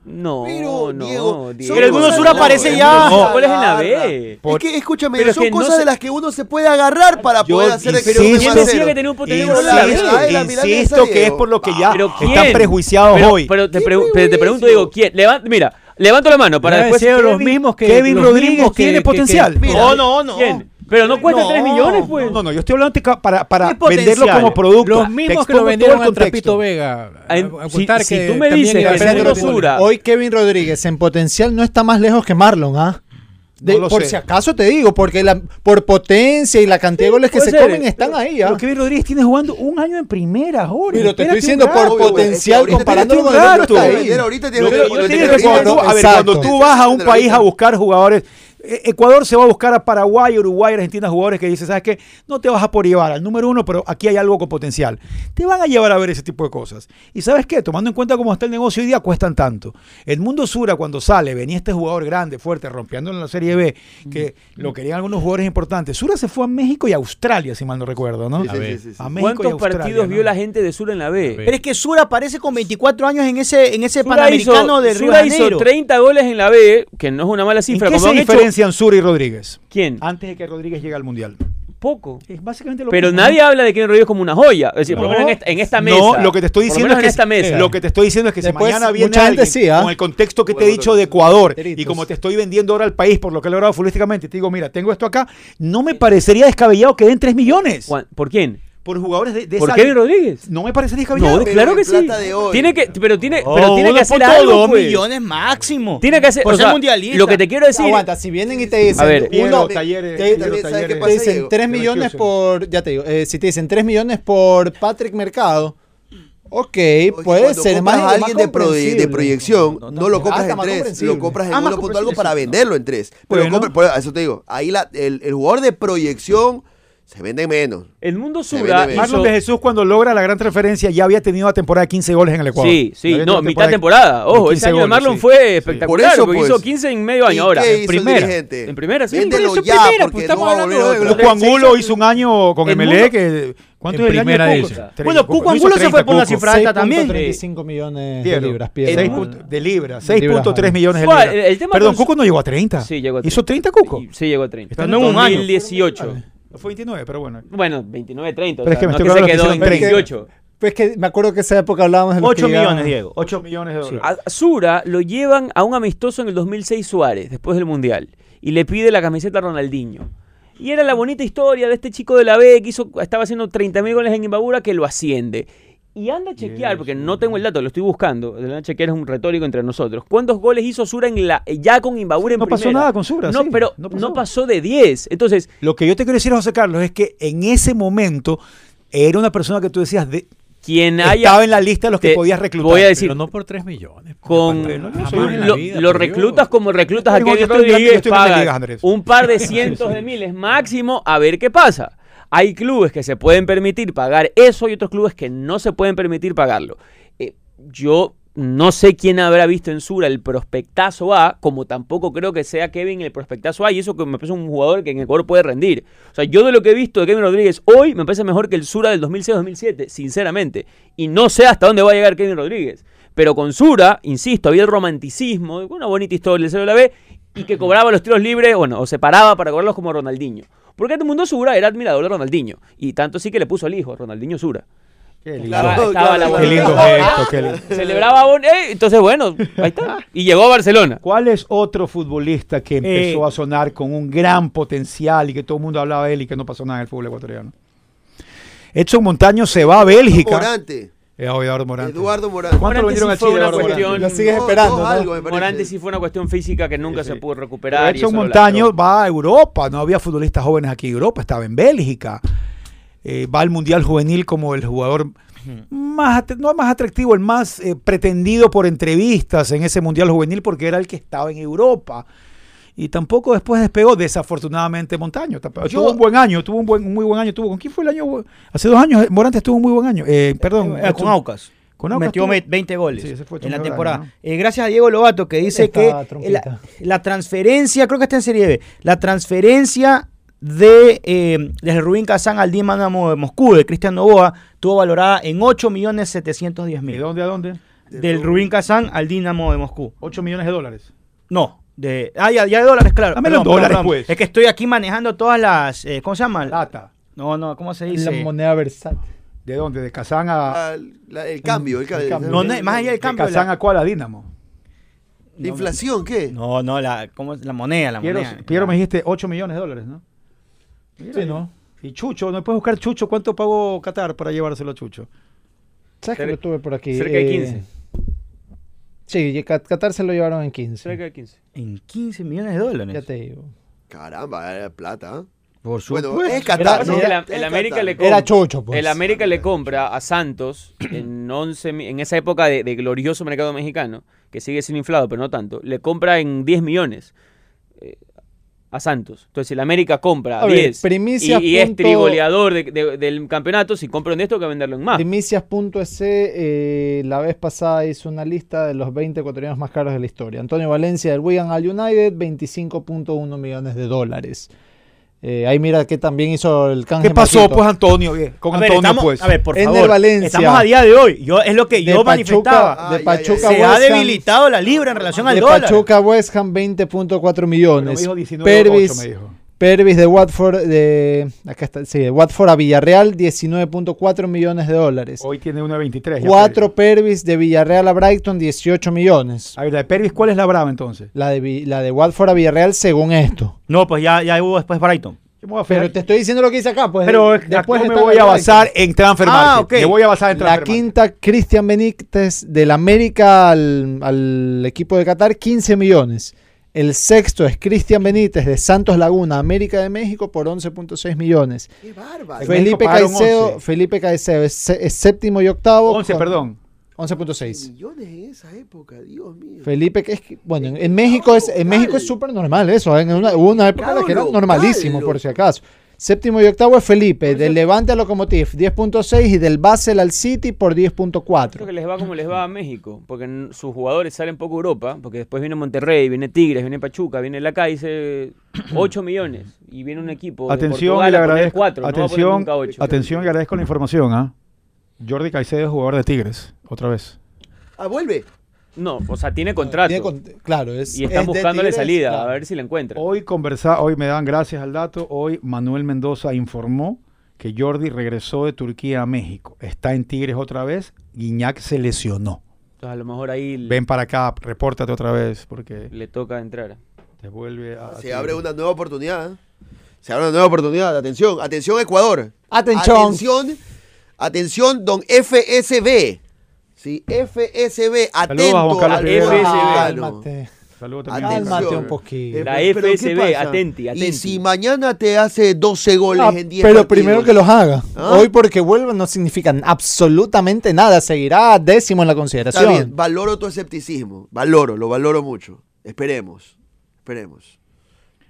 G: No,
H: Pero,
G: no,
H: Diego,
G: Diego.
H: son
E: Pero el Mundo
H: cosas
E: Sur
H: de la-
E: aparece
H: el
E: ya.
H: Mundo Sur
G: ¿Cuál es en la
H: agarra.
G: B?
C: Por-
H: Es que, escúchame,
G: Pero es
H: son
G: que no
H: cosas
G: se-
H: de las que uno se puede agarrar para
C: Yo
H: poder hacer
C: insisto-
H: experiencias
G: ¿Quién
H: de
G: decía
H: cero.
G: que tenía un ¿eh? potencial
H: Pero la
C: Insisto,
H: verdad, la mirada es
C: insisto
H: esa,
C: que es
H: Diego.
C: por lo que ya
G: Ah, Pero ¿quién?
C: están prejuiciados
G: Pero-
C: hoy.
G: Pero te, pregu- te- te pregunto, Diego, ¿quién? Levan- mira, levanto la mano para
F: Ya
G: después.
F: decía los
G: Kevin-
F: mismos que-
C: Kevin
F: los
C: Rodríguez
F: mismos que-
C: tiene
F: que- que-
C: potencial.
H: Mira,
E: No, no, no.
G: ¿Quién? Pero no cuesta
F: No,
G: 3 millones, pues.
C: No, no, yo estoy hablando de ca- para, para
E: ¿Qué
C: venderlo
E: potencial?
C: como producto.
F: Los
C: Te
F: mismos que
C: expongo
F: lo
C: todo
F: vendieron
C: el
F: a
C: contexto.
F: Trapito Vega. A-
G: Ay,
F: a
G: si-
F: contar
G: si
F: que
G: tú me
F: también
G: dices
F: iba a
G: que
F: ser
G: Pedro
F: otro tipo.
G: Sura-
D: Hoy Kevin Rodríguez en potencial no está más lejos que Marlon, ¿ah? De-
C: No lo
D: por
C: sé.
D: si acaso te digo, porque la, por potencia y la cantidad de goles que
G: puede
D: se
G: ser,
D: comen están ahí, ¿ah?
C: Pero Kevin Rodríguez tiene jugando un año en primera, Jorge.
D: Pero te estoy
C: Espérate un
D: diciendo por
C: rato.
H: güey,
D: potencial,
H: es que ahorita
D: comparándolo
C: tienes
D: con
C: un
D: el otro
C: rato.
D: está ahí.
H: Vender ahorita tienes
C: Lo
H: que
C: que yo
H: poner-
C: te digo
H: tienes
C: es que cuando
D: Exacto.
C: tú- a ver, cuando tú vas a un
H: Exacto.
C: país a buscar jugadores, eh, Ecuador se va a buscar a Paraguay, Uruguay, Argentina, jugadores que dicen, ¿sabes qué? No te vas a por llevar al número uno, pero aquí hay algo con potencial. Te van a llevar a ver ese tipo de cosas. Y ¿sabes qué? Tomando en cuenta cómo está el negocio hoy día, cuestan tanto. El Mundo Sura, cuando sale, venía este jugador grande, fuerte, rompiendo en la Serie B, que lo querían algunos jugadores importantes. Sura se fue a México y a Australia, si mal no recuerdo, ¿no?
H: Sí, sí, sí, sí, sí.
C: A México y
G: ¿Cuántos
C: Australia,
G: partidos
C: ¿no?
G: vio la gente de Sur en la B?
E: Pero es que Sura aparece con 24 años en ese, en ese
G: Sura
E: Panamericano
G: hizo,
E: de Río
G: Sura
E: de
G: hizo
E: Janeiro.
G: 30 goles en la B, que no es una mala
C: ¿En
G: cifra.
C: qué
G: como
C: se Ah,
G: han hecho-
C: diferencian Sura y Rodríguez?
G: ¿Quién?
C: Antes de que Rodríguez llegue al Mundial.
G: Poco.
C: Es básicamente lo
G: Pero
C: mismo,
G: nadie
C: ¿no?
G: habla de Kevin Rodríguez como una joya. Es decir, por lo menos en esta, en esta mesa.
C: No, lo que te estoy
G: Por lo
C: diciendo
G: menos
C: es que
G: en esta mesa.
C: lo que te estoy diciendo es que
D: Después,
C: si mañana viene
D: mucha gente
C: alguien
D: sí, ¿ah?
C: con el contexto que te he
H: Bueno,
C: dicho de Ecuador
D: Teritos.
C: y como te estoy vendiendo ahora al país por lo que he logrado futbolísticamente, te digo, mira, tengo esto acá, no me parecería descabellado que den 3 millones.
G: Juan, ¿Por quién?
C: por jugadores de, de
G: ¿Por
C: esa-
G: Kevin Rodríguez?
C: No me parece
G: No,
C: descabellado.
H: Pero
G: claro
H: en
G: que sí.
H: plata de hoy.
G: Tiene que, pero tiene,
E: Oh,
G: pero tiene que hacer algo.
E: 1.2
G: pues.
E: millones máximo.
G: Tiene que hacer,
E: Por
G: o
E: ser
G: sea,
E: mundialista.
G: lo que te quiero decir,
D: Aguanta, si vienen y te dicen,
G: A ver,
C: Piero,
D: uno,
C: Talleres,
D: te-
C: Piero,
D: también,
H: ¿sabes qué
C: Talleres.
D: te
H: pasa,
D: dicen
H: Diego?
D: 3 millones
C: Leverkusen.
D: por, ya te digo, eh, si te dicen 3 millones por Patrick Mercado, ok,
H: Oye,
D: puede
H: cuando
D: ser
H: compras
D: más
H: a alguien de, pro- de
D: comprensible.
H: proyección, no,
E: No, no,
H: lo
E: no.
H: compras
D: Ah,
H: en
D: está más
H: tres, lo
D: comprensible.
H: compras en
E: Ah, más
H: 1.algo
E: comprensible,
H: para
E: sí.
H: venderlo en tres. Pero
C: Bueno.
H: compra- por eso te digo, ahí la, el, el jugador de proyección se vende menos.
G: el mundo
H: Se
G: Sura
H: vende bien.
G: hizo...
C: Marlon de Jesús cuando logra la gran transferencia ya había tenido una temporada de 15 goles en el Ecuador.
G: Sí, sí,
C: Había tenido
G: no,
C: una
G: mitad temporada.
C: de
G: Ojo,
C: 15
G: ese año de
C: goles,
G: Marlon
C: sí.
G: fue espectacular.
H: Por eso,
G: porque
H: pues.
G: hizo 15 en medio
H: ¿Y
G: año ahora.
H: qué hizo
G: En
H: el
G: primera.
H: dirigente?
G: En primera, sí.
H: Véndelo
G: por eso,
H: ya,
G: en primera,
H: porque
G: pues, estamos
H: no va a
G: hablando
H: volver
G: de-
H: otra
G: de-
H: vez.
C: Cuco Angulo hizo un año con
G: El
C: Emelec. que- ¿Cuánto
F: en
C: es el año de
F: primera
C: Cuco?
F: división.
C: Tres-
E: Bueno, Cuco
C: hizo
E: Angulo se
C: 30
E: fue con la
C: Cuco.
E: cifra alta también.
D: 35 millones de
C: Piero.
D: libras,
C: Seis
D: Piero.
C: punto- de libras,
D: Libras,
C: 6.3
D: ajá.
C: millones de
G: Suárez,
C: libras.
G: el tema
C: Perdón,
G: con-
C: Cuco no llegó a 30.
G: Sí, llegó a 30.
C: ¿Hizo 30 Cuco?
G: Sí, llegó a 30.
C: Está
G: en
C: en un año.
G: 2018.
C: Fue 29, pero bueno.
G: Bueno, 29, 30.
C: Pero es que me
G: no
C: estoy
G: que se quedó
C: hablando que
G: en
C: hicieron 30.
G: 28.
D: Pues que me acuerdo que esa época hablábamos de los
E: 8
D: que llegaban-
E: millones, Diego.
C: 8 millones de dólares.
G: A Sura lo llevan a un amistoso en el 2006 Suárez, después del Mundial, y le pide la camiseta a Ronaldinho. Y era la bonita historia de este chico de la B que hizo, estaba haciendo 30.000 goles en Imbabura que lo asciende. Y anda a chequear, porque no tengo el dato, lo estoy buscando. Lo anda a chequear es un retórico entre nosotros. ¿Cuántos goles hizo Sura en la, ya con Imbabura en
C: No pasó
G: primera?
C: nada con Sura,
G: No,
C: sí,
G: pero
C: no pasó.
G: no pasó de 10. Entonces,
C: Lo que yo te quiero decir, José Carlos, es que en ese momento era una persona que tú decías de-
G: quien haya
C: estaba en la lista de los que
G: te-
C: podías reclutar.
G: voy a decir-
F: Pero no por 3 millones.
G: con
F: Pero jamás
G: lo,
F: en la vida,
G: lo
F: por Dios.
G: reclutas como reclutas a
C: Yo estoy
G: Kevin
C: hablando- yo
G: Rodríguez
C: estoy con las
G: pagas
C: ligas, Andrés.
G: un par de cientos de miles máximo a ver qué pasa hay clubes que se pueden permitir pagar eso y otros clubes que no se pueden permitir pagarlo Eh, yo no sé quién habrá visto en Sura el prospectazo A, como tampoco creo que sea Kevin el prospectazo A, y eso que me parece un jugador que en el Ecuador puede rendir. O sea, yo de lo que he visto de Kevin Rodríguez hoy me parece mejor que el Sura del 2006-2007, sinceramente. Y no sé hasta dónde va a llegar Kevin Rodríguez. Pero con Sura, insisto, había el romanticismo, una bonita historia del CLB y que cobraba los tiros libres, bueno, o se paraba para cobrarlos como Ronaldinho. Porque todo el mundo Sura era admirador de Ronaldinho. Y tanto sí que le puso al hijo, Ronaldinho Sura.
C: Qué lindo,
H: Claro,
G: Estaba- estaba la
H: claro,
C: qué
G: bonita-
C: lindo gesto, qué lindo.
G: Celebraba bon- eh, entonces bueno, ahí está.
D: Ah.
G: Y llegó a Barcelona.
C: ¿Cuál es otro futbolista que empezó a sonar con un gran potencial y que todo el mundo hablaba de él y que no pasó nada en el fútbol ecuatoriano? Edson Montaño se va a Bélgica.
H: Morante,
C: Eh, oh, Eduardo Morante.
H: Eduardo Morante.
C: ¿Cuánto lo
G: Morante
C: vendieron
G: sí
C: al
G: fue
C: Chile,
G: una
C: Eduardo Morante?
G: cuestión-
D: Lo sigues
H: Dos,
D: esperando,
H: dos
D: ¿no?
H: algo, me parece.
G: Morante sí fue una cuestión física que nunca
C: Sí,
G: se
C: sí.
G: pudo recuperar.
C: Pero
G: y
C: Edson
G: eso lo
C: Montaño
G: lastró.
C: va a Europa, no había futbolistas jóvenes aquí en Europa, estaba en Bélgica. Eh, va al Mundial Juvenil como el jugador más, at- no más atractivo, el más eh, pretendido por entrevistas en ese Mundial Juvenil porque era el que estaba en Europa. Y tampoco después despegó, desafortunadamente, Montaño. Tamp-
E: Yo-
C: tuvo un buen año, tuvo un, buen, un muy buen año. Tuvo, ¿Con quién fue el año? bu- Hace dos años, eh, Morante tuvo un muy buen año. Eh, perdón.
E: Eh, con
C: Edson-
E: Aucas.
C: con Aucas
E: Metió
C: tuvo-
E: 20 goles
C: Sí, ese fue tu
E: en la
C: mejor
E: temporada.
C: año, ¿no?
E: Eh, gracias a Diego Lobato que dice
D: Esta
E: que
D: trompeta.
E: la, la transferencia, creo que está en Serie B, la transferencia de eh, desde Rubín Kazán al Dinamo de Moscú de Cristian Novoa estuvo valorada en 8 millones 710
C: ¿De
E: mil.
C: dónde a dónde?
E: Del Rubín Kazán al Dinamo de Moscú.
C: 8 millones de dólares.
E: No, de ah ya, ya de dólares, claro.
C: Dámelo en
E: Perdón,
C: dólares,
E: perdón.
C: pues.
E: Es que estoy aquí manejando todas las eh, ¿cómo se llama?
C: Plata.
E: No, no, ¿cómo se
D: La
E: dice?
D: moneda versátil.
C: ¿De dónde? ¿De Kazán a,
H: Ah, la- el cambio, el, ca-
D: El cambio.
E: No, no, más allá
C: de
E: del cambio. la-
C: Kazán a cuál? A Dinamo?
H: ¿La inflación qué?
E: No, no, la, ¿cómo es? la moneda, la
C: Piero,
E: moneda.
C: Piero
E: La-
C: me dijiste 8 millones de dólares, ¿no?
D: Sí, ¿no?
C: Y Chucho, ¿no puedes buscar Chucho? ¿Cuánto pagó Qatar para llevárselo a Chucho?
D: ¿Sabes que
G: Cerca-
D: lo tuve por aquí?
G: cerca de
D: Eh,
G: 15.
D: Sí, Cat- Qatar se lo llevaron en 15.
G: Cerca de 15.
E: En 15 millones de dólares.
D: Ya te digo.
H: Caramba, era plata. ¿eh?
E: Por supuesto.
H: Bueno, es Qatar.
G: Pasa
H: ¿no?
G: que el-
H: Es
G: el América
H: Qatar.
G: le
D: Era
G: compra-
D: chocho, pues.
G: El América le compra a Santos en 11, mi- en esa época de, de glorioso mercado mexicano, que sigue siendo inflado, pero no tanto, le compra en 10 millones eh, a Santos. Entonces, si el América compra
D: A ver,
G: 10 y,
D: primicias
G: y es
D: punto-
G: trigoleador de- de- del campeonato, si compran de esto, hay que venderlo en más.
D: Primicias.es eh, la vez pasada hizo una lista de los 20 ecuatorianos más caros de la historia. Antonio Valencia del Wigan al United, 25.1 millones de dólares. Eh, ahí mira que también hizo el canje.
C: ¿Qué pasó,
D: Marquito.
C: pues, Antonio? eh? Con
E: A ver,
C: Antonio,
E: estamos-
C: pues.
E: A ver, por
D: Ener
E: favor.
D: Valencia.
E: Estamos a día de hoy. Yo, es lo que
D: De Pachuca,
E: yo manifestaba.
H: Ay,
D: de
H: ay,
D: Pachuca
H: ay.
E: Se ha
D: West Ham-
E: debilitado la libra en relación al
D: de
E: dólar.
D: Pachuca West Ham 20.4
C: Pero me
D: millones.
C: dijo 19 8 me
D: Pervis,
C: dijo.
D: Pervis de Watford de acá está, sí, de Watford a Villarreal 19.4 millones de dólares.
C: Hoy tiene una 23. ya,
D: Cuatro Pervis de Villarreal a Brighton 18 millones.
C: Pervis. A ver, la de Pervis, ¿cuál es la brava entonces?
D: La de, Vi- la de Watford a Villarreal según esto.
E: No, pues ya, ya hubo después Brighton.
C: Yo Yo me voy a
D: Pero
C: fijar.
D: te estoy diciendo lo que dice acá, pues.
C: Pero
D: eh,
C: después
D: de
C: me
D: tal-
C: voy a basar en transfer
D: Ah,
C: market.
D: ok.
C: Me voy a basar en
D: La
C: transfer market.
D: quinta, Cristian Benítez del América al, al equipo de Qatar, 15 millones. El sexto es Cristian Benítez de Santos Laguna, América de México, por 11.6 millones.
H: ¡Qué bárbaro!
C: Fue- Ah, México
D: Felipe
C: pagaron
D: Caicedo,
C: 11.
D: Felipe Caicedo es, se- es séptimo y octavo.
C: 11,
D: con-
C: perdón.
D: 11.6.
H: Millones en esa época, Dios mío.
D: Felipe, que es que- bueno, en- en México es en
H: Local.
D: México es súper normal eso. ¿eh? En una, hubo una época en la que era
H: Local,
D: normalísimo,
H: local.
D: por si acaso. Séptimo y octavo es Felipe, del Levante al Locomotiv, 10.6 y del Basel al City por
G: Creo
D: 10.4.
G: que les va como les va a México, porque n- sus jugadores salen poco a Europa, porque después viene Monterrey, viene Tigres, viene Pachuca, viene la CAICE, 8 millones, y viene un equipo de
C: Atención, y
G: Portugal
C: le
G: a poner
C: agradezco.
G: cuatro, no va a poner
C: atención,
G: nunca ocho.
C: atención, y le agradezco la información. ¿ah? Jordi Caicedo es jugador de Tigres, otra vez.
H: Ah, vuelve.
G: No, o sea, tiene contrato,
D: Tiene con- claro, es,
G: y están
D: es de
G: buscándole
D: Tigres,
G: salida,
D: claro.
G: a ver si la encuentran.
C: Hoy conversa, hoy me dan gracias al dato. Hoy Manuel Mendoza informó que Jordi regresó de Turquía a México. Está en Tigres otra vez. Guiñac se lesionó.
G: Entonces, a lo mejor ahí le,
C: Ven para acá, repórtate otra vez porque
G: le toca entrar.
C: te vuelve a.
H: Se abre una nueva oportunidad. ¿eh? Se abre una nueva oportunidad. Atención, atención Ecuador.
D: Atención.
H: Atención, atención, don FSB. Sí, FSB,
C: Saludos a Juan
H: atento
C: Carlos
H: al
G: Figueroa.
H: fútbol
G: FSB.
H: mexicano.
D: Cálmate.
C: Saludos también.
H: Atención.
D: Cálmate un poquito.
H: Eh,
G: La
H: pero, ¿qué
G: FSB,
H: pasa?
G: atenti,
H: Y
G: atenti.
H: si mañana te hace 12 goles
D: Ah,
H: en 10
D: pero
H: partidos?
D: primero que los haga.
H: ¿Ah?
D: Hoy porque vuelvan no significan absolutamente nada. Seguirá décimo en la
H: Está
D: consideración.
H: bien, valoro tu escepticismo. Valoro, lo valoro mucho. Esperemos. Esperemos.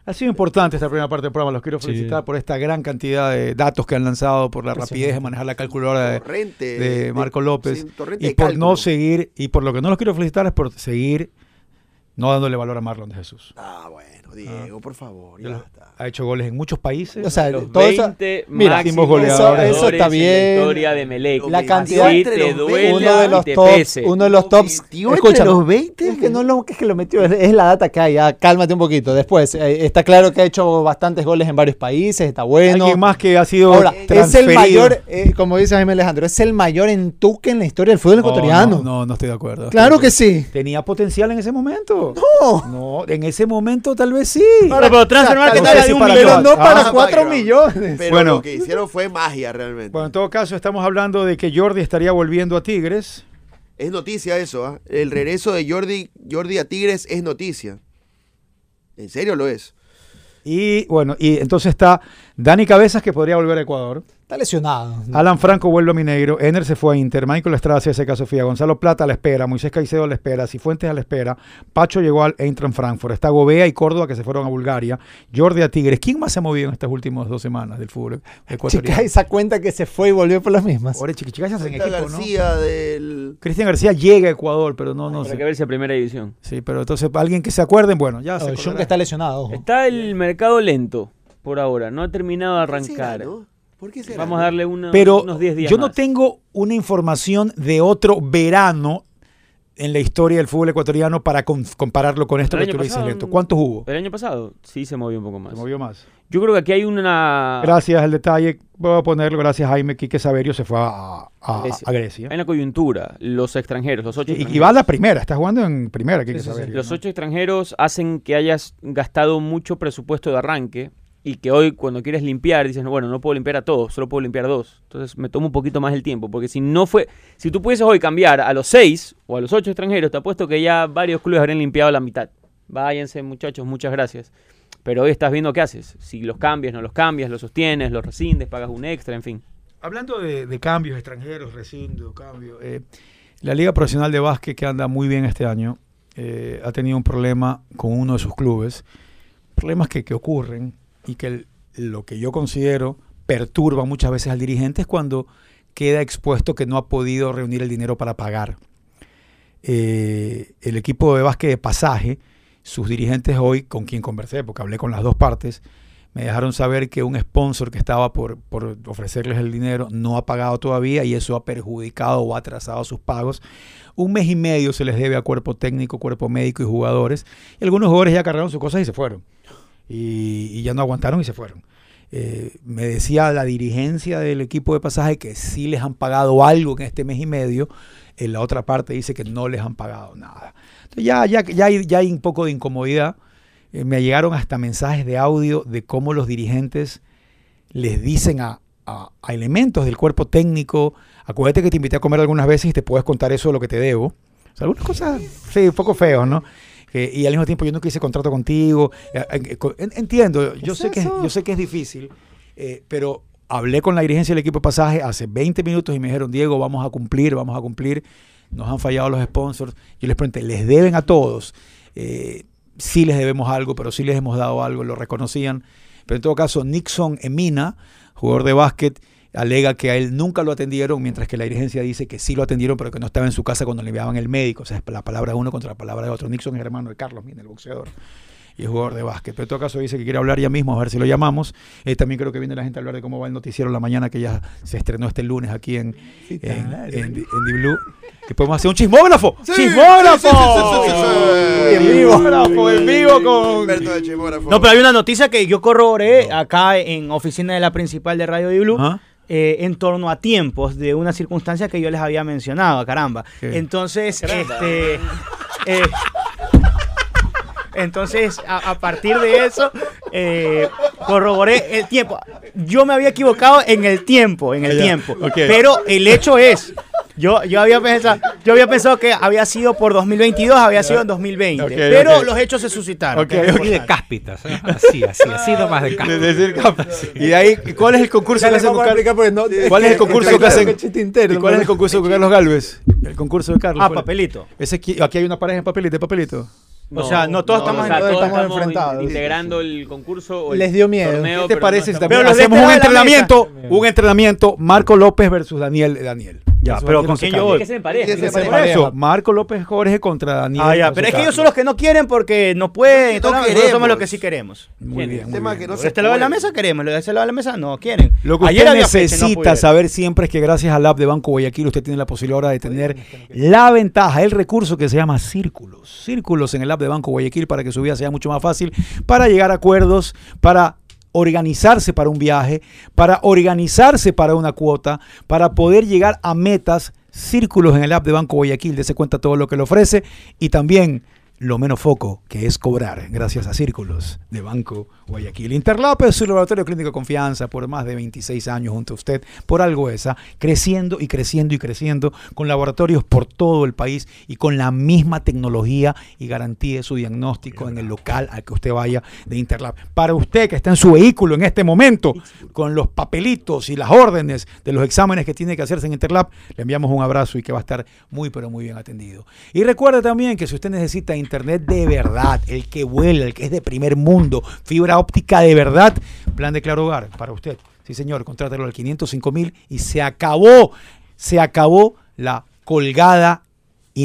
C: Ha sido importante esta primera parte del programa. Los quiero felicitar por esta gran cantidad de datos que han lanzado, por la rapidez de manejar la calculadora de,
H: Torrente.
C: de Marco López
H: sí, torrente
C: y
H: de
C: por
H: cálculo.
C: no seguir y por lo que no los quiero felicitar es por seguir no dándole valor a Marlon de Jesús.
H: Ah, bueno, Diego, por favor. ya está.
C: Ha hecho goles en muchos países.
D: O sea,
G: Los
D: todo eso-
G: 20
D: mira,
G: máximos
C: eso- eso
G: goleadores
D: está
G: en
D: bien.
G: la historia de Melec.
H: La
G: Sí
D: cantidad
H: entre
G: te
H: los
G: duela
D: uno de los
G: y te
D: tops,
G: pese.
D: uno de los tops.
H: 28 entre
D: escúchame,
H: los 20,
D: Es que no es lo, es que lo metió, es, es la data que hay. ya, cálmate un poquito. Después, eh, está claro que ha hecho bastantes goles en varios países, está bueno.
C: Alguien más que ha sido
D: Ahora, es el
C: transferido.
D: mayor, eh, como dice Jaime Alejandro, es el mayor entuque en la historia del fútbol
C: Oh, No,
D: ecuatoriano.
C: No, no, no estoy de acuerdo.
D: Claro que
C: Estoy de
D: sí.
C: acuerdo. Tenía potencial en ese momento.
D: No.
C: No, en ese momento tal vez sí.
G: Pero, pero Transfer Market
C: no
G: habla de
C: sé si
G: un
C: para
G: millón.
D: Pero no
C: Ah,
D: para
H: Ah,
D: 4
H: background.
D: millones.
H: Pero
C: Bueno.
H: lo que hicieron fue magia realmente.
C: Bueno, en todo caso, estamos hablando de que Jordi estaría volviendo a Tigres.
H: Es noticia eso, ¿ah? El regreso de Jordi, Jordi a Tigres es noticia. En serio lo es.
C: Y bueno, y entonces está Dani Cabezas que podría volver a Ecuador.
D: Está lesionado.
C: Alan Franco vuelve a Mineiro. Ener se fue a Inter. Michael Estrada se hace Sofía. Gonzalo Plata a la espera. Moisés Caicedo a la espera. Cifuentes a la espera. Pacho llegó al Eintracht Frankfurt. Está Gobea y Córdoba que se fueron a Bulgaria. Jordi a Tigres. ¿Quién más se ha movido en estas últimas dos semanas del fútbol
D: Chica,
C: ecuatoriano?
D: esa cuenta que se fue y volvió por las mismas.
C: Ahora Chiquicay se hacen
H: Está
C: equipo, ¿no?
H: García del.
C: Cristian García llega a Ecuador, pero no, no
G: Habrá
C: sé.
G: que verse a primera división.
C: Sí, pero entonces alguien que se acuerden, bueno, ya se
D: Oh, Jung
C: acordará.
D: está lesionado. ojo.
G: Está el mercado lento por ahora, no ha terminado de arrancar.
H: ¿Será, no? ¿Por qué será?
G: Vamos a darle una-
C: Pero
G: unos 10 días.
C: yo no
G: más.
C: tengo una información de otro verano en la historia del fútbol ecuatoriano para con- compararlo con esto
G: El
C: que
G: año
C: tú le dices
G: pasado,
C: lento. ¿Cuántos hubo?
G: El año pasado sí se movió un poco más. Ah.
C: Se movió más.
G: Yo creo que aquí hay una.
C: Gracias al detalle, voy a ponerlo, gracias Jaime, Quique Saverio se fue a, a-
G: Grecia.
C: a Grecia.
G: Hay una coyuntura. Los extranjeros, los ocho.
C: Y, y
G: extranjeros.
C: va a la primera, está jugando en primera, Quique Saverio.
G: Los
C: ¿no?
G: ocho extranjeros hacen que hayas gastado mucho presupuesto de arranque y que hoy cuando quieres limpiar dices, "No, bueno, no puedo limpiar a todos, solo puedo limpiar a dos. Entonces me tomo un poquito más el tiempo, porque si no fue, si tú pudieses hoy cambiar a los seis o a los ocho extranjeros, te apuesto que ya varios clubes habrían limpiado la mitad. Váyanse muchachos, muchas gracias. Pero hoy estás viendo qué haces, si los cambias, no los cambias, los sostienes, los rescindes, pagas un extra, en fin.
C: Hablando de, de cambios extranjeros, rescindo, cambio. eh, la Liga Profesional de Básquet, que anda muy bien este año, eh, ha tenido un problema con uno de sus clubes. Problemas que, que ocurren y que el- lo que yo considero perturba muchas veces al dirigente es cuando queda expuesto que no ha podido reunir el dinero para pagar. Eh, el equipo de básquet de pasaje, sus dirigentes hoy, con quien conversé, porque hablé con las dos partes, me dejaron saber que un sponsor que estaba por, por ofrecerles el dinero no ha pagado todavía y eso ha perjudicado o ha atrasado sus pagos. Un mes y medio se les debe a cuerpo técnico, cuerpo médico y jugadores. Y algunos jugadores ya cargaron sus cosas y se fueron. Y, y ya no aguantaron y se fueron. Eh, me decía la dirigencia del equipo de pasaje que sí les han pagado algo en este mes y medio. En la otra parte dice que no les han pagado nada. Entonces ya, ya, ya, hay, ya hay un poco de incomodidad. eh, me llegaron hasta mensajes de audio de cómo los dirigentes les dicen a, a- a elementos del cuerpo técnico, acuérdate que te invité a comer algunas veces y te puedes contar eso de lo que te debo. O sea, algunas cosas, sí, un poco feos, ¿no? Que- y al mismo tiempo yo nunca hice contrato contigo. Eh, eh, co- en- Entiendo, yo
D: es
C: sé, que,
D: eso?
C: yo sé que es difícil, eh, pero hablé con la dirigencia del equipo de pasaje hace 20 minutos y me dijeron, Diego, vamos a cumplir, vamos a cumplir. Nos han fallado los sponsors. Yo les pregunté, ¿les deben a todos? Eh, sí les debemos algo, pero sí les hemos dado algo, lo reconocían. Pero en todo caso, Nixon Emina, jugador de básquet, alega que a él nunca lo atendieron, mientras que la dirigencia dice que sí lo atendieron, pero que no estaba en su casa cuando le enviaban el médico. O sea, es la palabra de uno contra la palabra de otro. Nixon es hermano de Carlos, miren, el boxeador. Y es jugador de básquet. Pero en todo caso dice que quiere hablar ya mismo, a ver si lo llamamos. Eh, también creo que viene la gente a hablar de cómo va el noticiero la mañana, que ya se estrenó este lunes aquí en, en, en, en Deep Blue. Que podemos hacer un chismógrafo. ¡Chismógrafo!
H: En
C: Chismógrafo en vivo con
H: Experto de chismógrafo.
E: No, pero hay una noticia que yo corroboré acá en oficina de la principal de Radio Di Blue.
C: Ajá.
E: eh, en torno a tiempos de una circunstancia que yo les había mencionado, caramba.
C: ¿Qué?
E: Entonces, este. eh, entonces, a, a partir de eso, eh, corroboré el tiempo. Yo me había equivocado en el tiempo, en el
C: ya.
E: tiempo.
C: Ok.
E: Pero el hecho es. Yo, yo, había pensado, yo había pensado que había sido por 2022, había sido en 2020.
C: Ok,
E: pero
C: ok.
E: los hechos se suscitaron.
C: Ok,
E: que es lo
C: ok.
E: importante.
F: de cáspitas. ¿eh? Así, así, así nomás de
C: De-
F: cáspitas.
C: decir capa. Y de ahí, ¿cuál es el concurso
D: Ya
C: que
D: les
C: hacen
D: vamos
C: con
D: a
C: Carlos?
D: explicar porque no-
C: ¿Cuál es el
D: está
C: concurso que
D: claro
C: hacen?
D: es chiste interno,
C: ¿Y cuál es el
D: pero-
C: concurso con Carlos Galvez? El concurso de Carlos.
E: Ah,
C: ¿cuál es?
E: papelito.
C: Ese aquí, aquí hay una pareja en papelito, papelito.
E: O sea, no todos estamos-
D: todos
G: todos
D: estamos
G: estamos
D: enfrentados.
G: Integrando el concurso. o el
D: Les dio miedo.
G: torneo,
C: ¿Qué te
G: pero
C: parece
G: no
C: si
G: estamos-
C: también
E: Pero los de
C: hacemos un
E: este lado de la
C: entrenamiento? Un entrenamiento, Marco López versus Daniel Daniel.
F: Ya,
C: Eso
F: pero
C: aquí no
F: ¿con
C: se
F: quién
C: cambia.
F: yo
G: Tiene
F: voy?
G: que ser en pareja.
H: Tiene que
C: Por
H: ser
G: en
H: en
G: pareja.
C: eso, Marco López Jorge contra Daniel.
E: Ah, ya,
C: versus
E: pero es que ellos
C: Carlos.
E: son los que no quieren porque no pueden.
H: No
E: todos nosotros somos
H: queremos.
E: los que sí queremos.
C: Muy bien,
H: El
C: muy
H: tema
C: bien.
H: que no
E: Los
H: se
E: de este lado de la
H: puede.
E: mesa queremos, los de ese lado de la mesa no quieren.
C: Lo que
E: Ayer
C: usted
E: había fecha y no
C: necesita
E: pudieron.
C: saber siempre es que gracias al app de Banco Guayaquil usted tiene la posibilidad ahora de tener la ventaja, el recurso que se llama círculos. Círculos en el app de Banco Guayaquil para que su vida sea mucho más fácil, para llegar a acuerdos, para organizarse para un viaje, para organizarse para una cuota, para poder llegar a metas, círculos en el app de Banco Guayaquil, dese cuenta todo lo que le ofrece y también lo menos foco, que es cobrar, gracias a Círculos de Banco Guayaquil. Interlapa es su laboratorio clínico de confianza por más de 26 años junto a usted, por algo esa, creciendo y creciendo y creciendo, con laboratorios por todo el país y con la misma tecnología y garantía de su diagnóstico en el local al que usted vaya de Interlap. Para usted que está en su vehículo en este momento, con los papelitos y las órdenes de los exámenes que tiene que hacerse en Interlab, le enviamos un abrazo y que va a estar muy, pero muy bien atendido. Y recuerde también que si usted necesita internet de verdad, el que vuela, el que es de primer mundo, fibra óptica de verdad, plan de Claro Hogar para usted. Sí, señor, contrátelo al 505 mil y se acabó, se acabó la colgada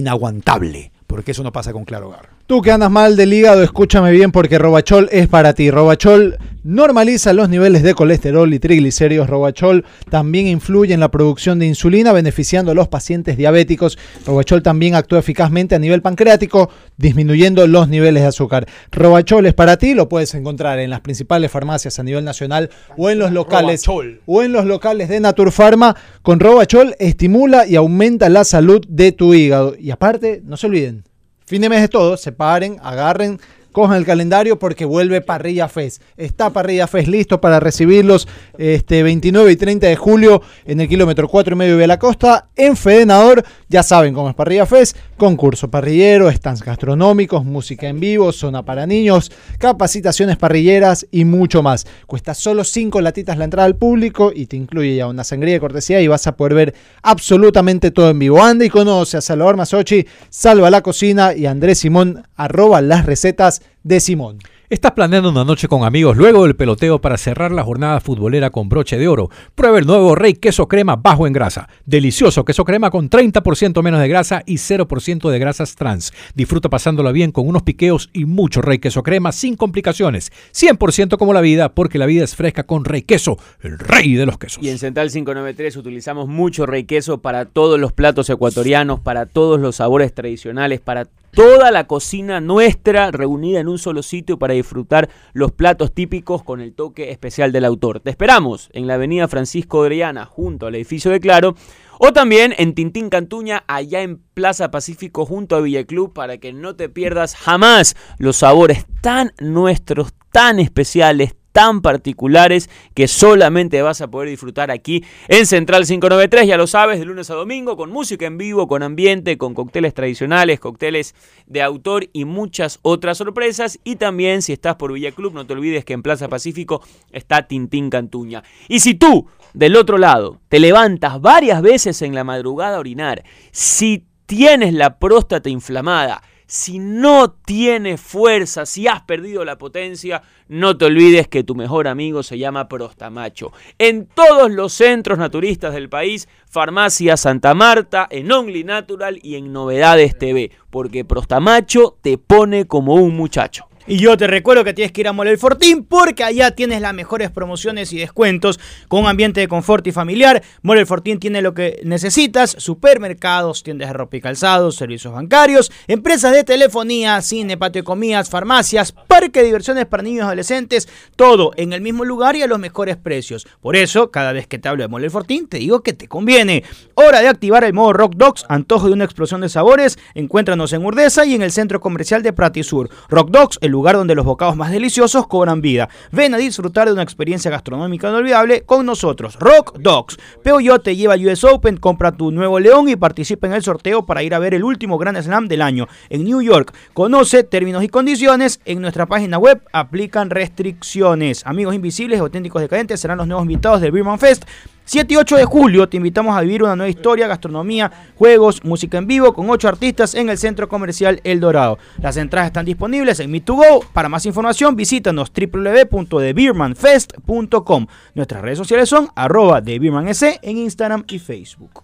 C: inaguantable, porque eso no pasa con Claro Hogar.
D: Tú que andas mal del hígado, escúchame bien porque Robachol es para ti. Robachol normaliza los niveles de colesterol y triglicéridos. Robachol también influye en la producción de insulina, beneficiando a los pacientes diabéticos. Robachol también actúa eficazmente a nivel pancreático, disminuyendo los niveles de azúcar. Robachol es para ti, lo puedes encontrar en las principales farmacias a nivel nacional o en los locales
C: Robachol.
D: o en los locales de Naturpharma. Con Robachol estimula y aumenta la salud de tu hígado. Y aparte, no se olviden, fin de mes es todo, separen, agarren, cojan el calendario porque vuelve Parrilla Fest. Está Parrilla Fest listo para recibirlos este 29 y 30 de julio en el kilómetro 4 y medio de la costa, en Fedenador. Ya saben cómo es Parrilla Fest, concurso parrillero, stands gastronómicos, música en vivo, zona para niños, capacitaciones parrilleras y mucho más. Cuesta solo 5 latitas la entrada al público y te incluye ya una sangría de cortesía y vas a poder ver absolutamente todo en vivo. Anda y conoce a Salvador Masochi, Salva la Cocina y Andrés Simón, arroba las recetas de Simón.
F: Estás planeando una noche con amigos luego del peloteo para cerrar la jornada futbolera con broche de oro. Prueba el nuevo Rey Queso Crema bajo en grasa. Delicioso queso crema con 30% menos de grasa y 0% de grasas trans. Disfruta pasándola bien con unos piqueos y mucho Rey Queso Crema sin complicaciones. 100% como la vida, porque la vida es fresca con Rey Queso, el rey de los quesos.
G: Y en Central 593 utilizamos mucho rey queso para todos los platos ecuatorianos, para todos los sabores tradicionales, para toda la cocina nuestra reunida en un solo sitio para disfrutar los platos típicos con el toque especial del autor. Te esperamos en la avenida Francisco Orellana, junto al edificio de Claro, o también en Tintín Cantuña, allá en Plaza Pacífico, junto a Villaclub, para que no te pierdas jamás los sabores tan nuestros, tan especiales, tan particulares que solamente vas a poder disfrutar aquí en Central 593, ya lo sabes, de lunes a domingo, con música en vivo, con ambiente, con cócteles tradicionales, cócteles de autor y muchas otras sorpresas. Y también si estás por Villa Club, no te olvides que en Plaza Pacífico está Tintín Cantuña. Y si tú, del otro lado, te levantas varias veces en la madrugada a orinar, si tienes la próstata inflamada, si no tienes fuerza, si has perdido la potencia, no te olvides que tu mejor amigo se llama Prostamacho. En todos los centros naturistas del país, Farmacia Santa Marta, en Only Natural y en Novedades TV, porque Prostamacho te pone como un muchacho.
E: Y yo te recuerdo que tienes que ir a Mole el Fortín porque allá tienes las mejores promociones y descuentos con un ambiente de confort y familiar. Mole el Fortín tiene lo que necesitas, supermercados, tiendas de ropa y calzados, servicios bancarios, empresas de telefonía, cine, patio de comidas, farmacias, parque de diversiones para niños y adolescentes, todo en el mismo lugar y a los mejores precios. Por eso, cada vez que te hablo de Mole el Fortín, te digo que te conviene. Hora de activar el modo Rock Dogs, antojo de una explosión de sabores. Encuéntranos en Urdesa y en el centro comercial de Pratisur. Rock Dogs, el lugar donde los bocados más deliciosos cobran vida. Ven a disfrutar de una experiencia gastronómica inolvidable con nosotros, Rock Dogs. P.O.Y.O. te lleva al US Open, compra tu nuevo león y participa en el sorteo para ir a ver el último Grand Slam del año en New York. Conoce términos y condiciones en nuestra página web. Aplican restricciones. Amigos invisibles, auténticos decadentes serán los nuevos invitados del Birman Fest. 7 y 8 de julio te invitamos a vivir una nueva historia, gastronomía, juegos, música en vivo con 8 artistas en el Centro Comercial El Dorado. Las entradas están disponibles en Meet2Go. Para más información visítanos www.thebirmanfest.com. Nuestras redes sociales son arroba TheBeermanS en Instagram y Facebook.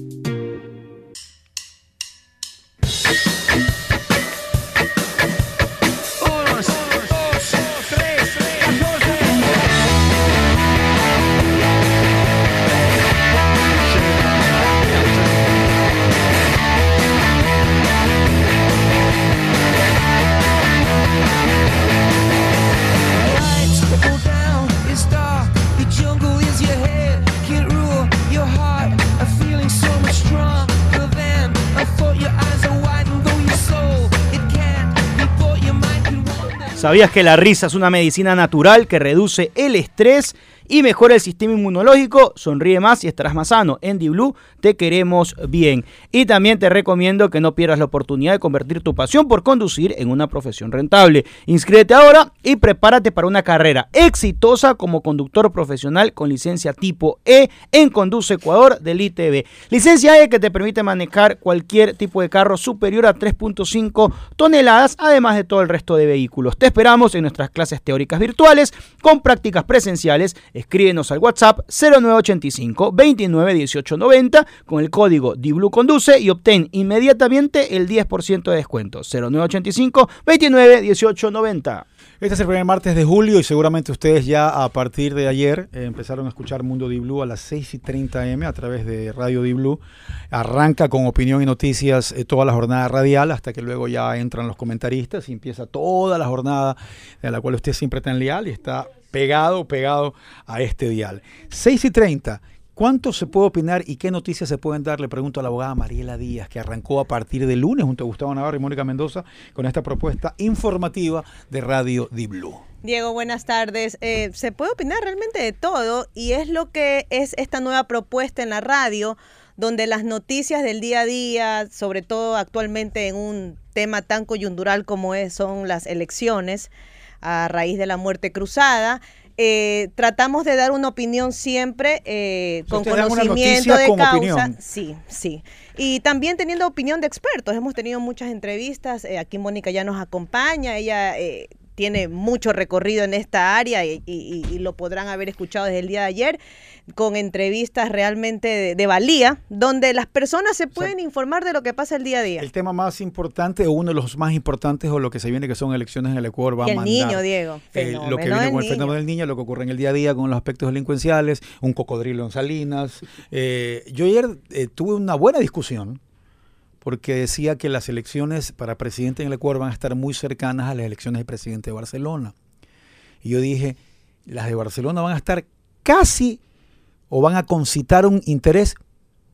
I: Lights go down, it's dark. The jungle is your head, can rule your heart. A feeling so much stronger than I thought. Your eyes are wide and go your soul. It can't be bought. Your mind can wander.
E: ¿Sabías que la risa es una medicina natural que reduce el estrés y mejora el sistema inmunológico? Sonríe más y estarás más sano. Andy Blue, te queremos bien. Y también te recomiendo que no pierdas la oportunidad de convertir tu pasión por conducir en una profesión rentable. Inscríbete ahora y prepárate para una carrera exitosa como conductor profesional con licencia tipo E en Conduce Ecuador del ITV. Licencia E que te permite manejar cualquier tipo de carro superior a 3.5 toneladas, además de todo el resto de vehículos. Te esperamos en nuestras clases teóricas virtuales con prácticas presenciales. Escríbenos al WhatsApp 0985 29 18 90 con el código DIBLUCONDUCE y obtén inmediatamente el 10% de descuento. 0985 29 18 90.
C: Este es el primer martes de julio y seguramente ustedes ya a partir de ayer eh, empezaron a escuchar Mundo Di Blue a las 6 y 30 M a través de Radio Di Blue. Arranca con opinión y noticias eh, toda la jornada radial hasta que luego ya entran los comentaristas y empieza toda la jornada de la cual usted siempre está en leal y está pegado, pegado a este dial. 6 y 30. ¿Cuánto se puede opinar y qué noticias se pueden dar? Le pregunto a la abogada Mariela Díaz, que arrancó a partir de lunes junto a Gustavo Navarro y Mónica Mendoza con esta propuesta informativa de Radio Di Blue.
J: Diego, buenas tardes. Eh, se puede opinar realmente de todo y es lo que es esta nueva propuesta en la radio, donde las noticias del día a día, sobre todo actualmente en un tema tan coyuntural como es, son las elecciones a raíz de la muerte cruzada, eh, tratamos de dar una opinión siempre eh, con
C: Ustedes dan una
J: conocimiento
C: noticia
J: de
C: con
J: causa.
C: opinión.
J: Sí, sí. Y también teniendo opinión de expertos. Hemos tenido muchas entrevistas. eh, aquí Mónica ya nos acompaña. Ella eh, tiene mucho recorrido en esta área y, y- y- y lo podrán haber escuchado desde el día de ayer. con entrevistas realmente de, de valía, donde las personas se pueden informar de lo que pasa el día a día.
C: El tema más importante, o uno de los más importantes, o lo que se viene, que son elecciones en el Ecuador, va
J: Y
C: a
J: el
C: mandar.
J: niño, Diego.
C: eh, lo
J: Fenómeno
C: que viene
J: del
C: con el fenómeno
J: niño.
C: del niño, lo que ocurre en el día a día con los aspectos delincuenciales, un cocodrilo en Salinas. Eh, yo ayer eh, tuve una buena discusión porque decía que las elecciones para presidente en el Ecuador van a estar muy cercanas a las elecciones de presidente de Barcelona. Y yo dije, las de Barcelona van a estar casi o van a concitar un interés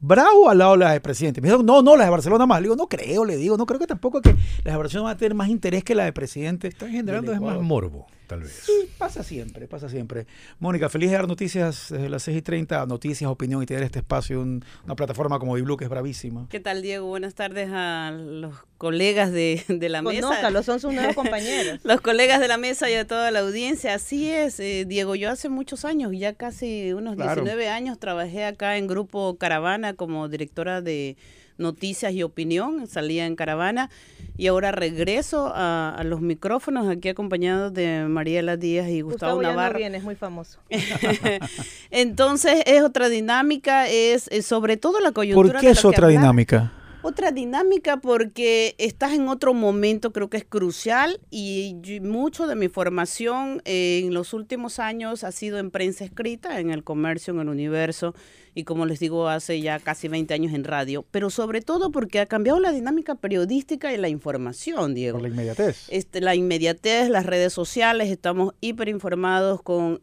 C: bravo al lado de las de presidente. Me dijeron, no, no, las de Barcelona más. Le digo, no creo, le digo, no creo que tampoco que las de Barcelona van a tener más interés que las de presidente.
F: Están generando
C: del
F: es más
C: Ecuador.
F: morbo, tal vez.
C: Sí, pasa siempre, pasa siempre. Mónica, feliz de dar noticias desde las 6 y 30, noticias, opinión y tener este espacio, un- una plataforma como Biblu que es bravísima.
K: ¿Qué tal, Diego? Buenas tardes a los colegas de, de la mesa.
J: Conózcalos, son sus nuevos compañeros.
K: Los colegas de la mesa y a toda la audiencia. Así es, eh, Diego, yo hace muchos años, ya casi unos
C: Claro.
K: 19 años, trabajé acá en Grupo Caravana como directora de noticias y opinión. Salía en Caravana y ahora regreso a, a los micrófonos aquí acompañados de Mariela Díaz y Gustavo,
J: Gustavo, ya no
K: Navarro.
J: viene, es muy famoso.
K: Entonces es otra dinámica, es eh, sobre todo la coyuntura.
C: ¿Por
K: de
C: qué es
K: la que
C: otra
K: hablaba.
C: dinámica?
K: Otra dinámica porque estás en otro momento, creo que es crucial y yo- mucho de mi formación eh, en los últimos años ha sido en prensa escrita, en el comercio, en el universo y como les digo, hace ya casi 20 años en radio, pero sobre todo porque ha cambiado la dinámica periodística y la información, Diego.
C: Por la inmediatez.
J: Eh,
K: Este, la inmediatez, las redes sociales, estamos hiperinformados con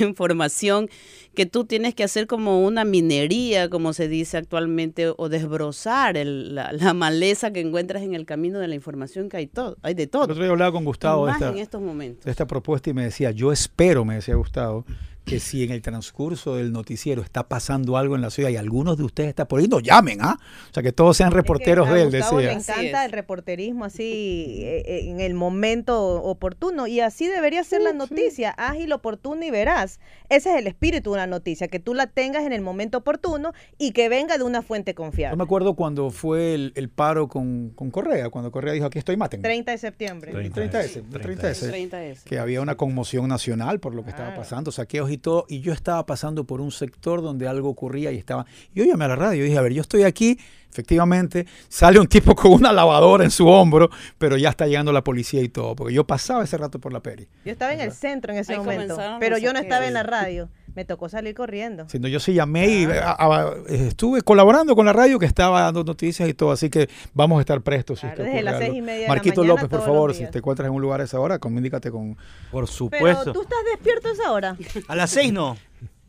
K: hiperinformación que tú tienes que hacer como una minería, como se dice actualmente, o desbrozar el- la, la maleza que encuentras en el camino de la información que hay todo, hay de
C: El
K: todo.
C: otro día hablaba con Gustavo de
K: más
C: esta,
K: en estos momentos.
C: de esta propuesta y me decía, yo espero, me decía Gustavo, que si en el transcurso del noticiero está pasando algo en la ciudad y algunos de ustedes están por ahí, nos llamen, ¿ah? O sea, que todos sean reporteros
J: Es que a
C: de él,
J: Gustavo
C: decía.
J: Le
K: Así
J: encanta
K: es.
J: el reporterismo así eh, eh, en el momento oportuno y así debería ser la noticia, ágil, oportuna y verás. Ese es el espíritu de una noticia, que tú la tengas en el momento oportuno y que venga de una fuente
C: Yo me
J: confiable.
C: acuerdo cuando fue el, el paro con, con Correa, cuando Correa dijo, aquí estoy, maten.
J: 30 de septiembre.
C: 30 ese, 30 ese.
K: 30 es.
C: que había una conmoción nacional por lo que estaba pasando, saqueos y todo, y yo estaba pasando por un sector donde algo ocurría y estaba, yo llamé a la radio y dije, a ver, yo estoy aquí, efectivamente, sale un tipo con una lavadora en su hombro, pero ya está llegando la policía y todo, porque yo pasaba ese rato por la peri.
J: Yo estaba en el centro en ese
K: Ahí
J: momento,
K: comenzaron
J: pero
K: los
J: yo no estaba en la
K: saqueos.
J: radio. Me tocó salir corriendo.
C: Sino yo sí llamé y a- a- estuve colaborando con la radio que estaba dando noticias y todo, así que vamos a estar prestos.
J: Claro,
C: si es que
J: desde
C: ocurre
J: las
C: algo.
J: seis y media de la
C: Marquito
J: mañana
C: López, por
J: todos los
C: favor, si
J: días.
C: te encuentras en un lugar a esa hora, comunícate con...
E: Por
J: Pero
E: supuesto.
J: tú estás despierto a esa hora.
E: A las seis no.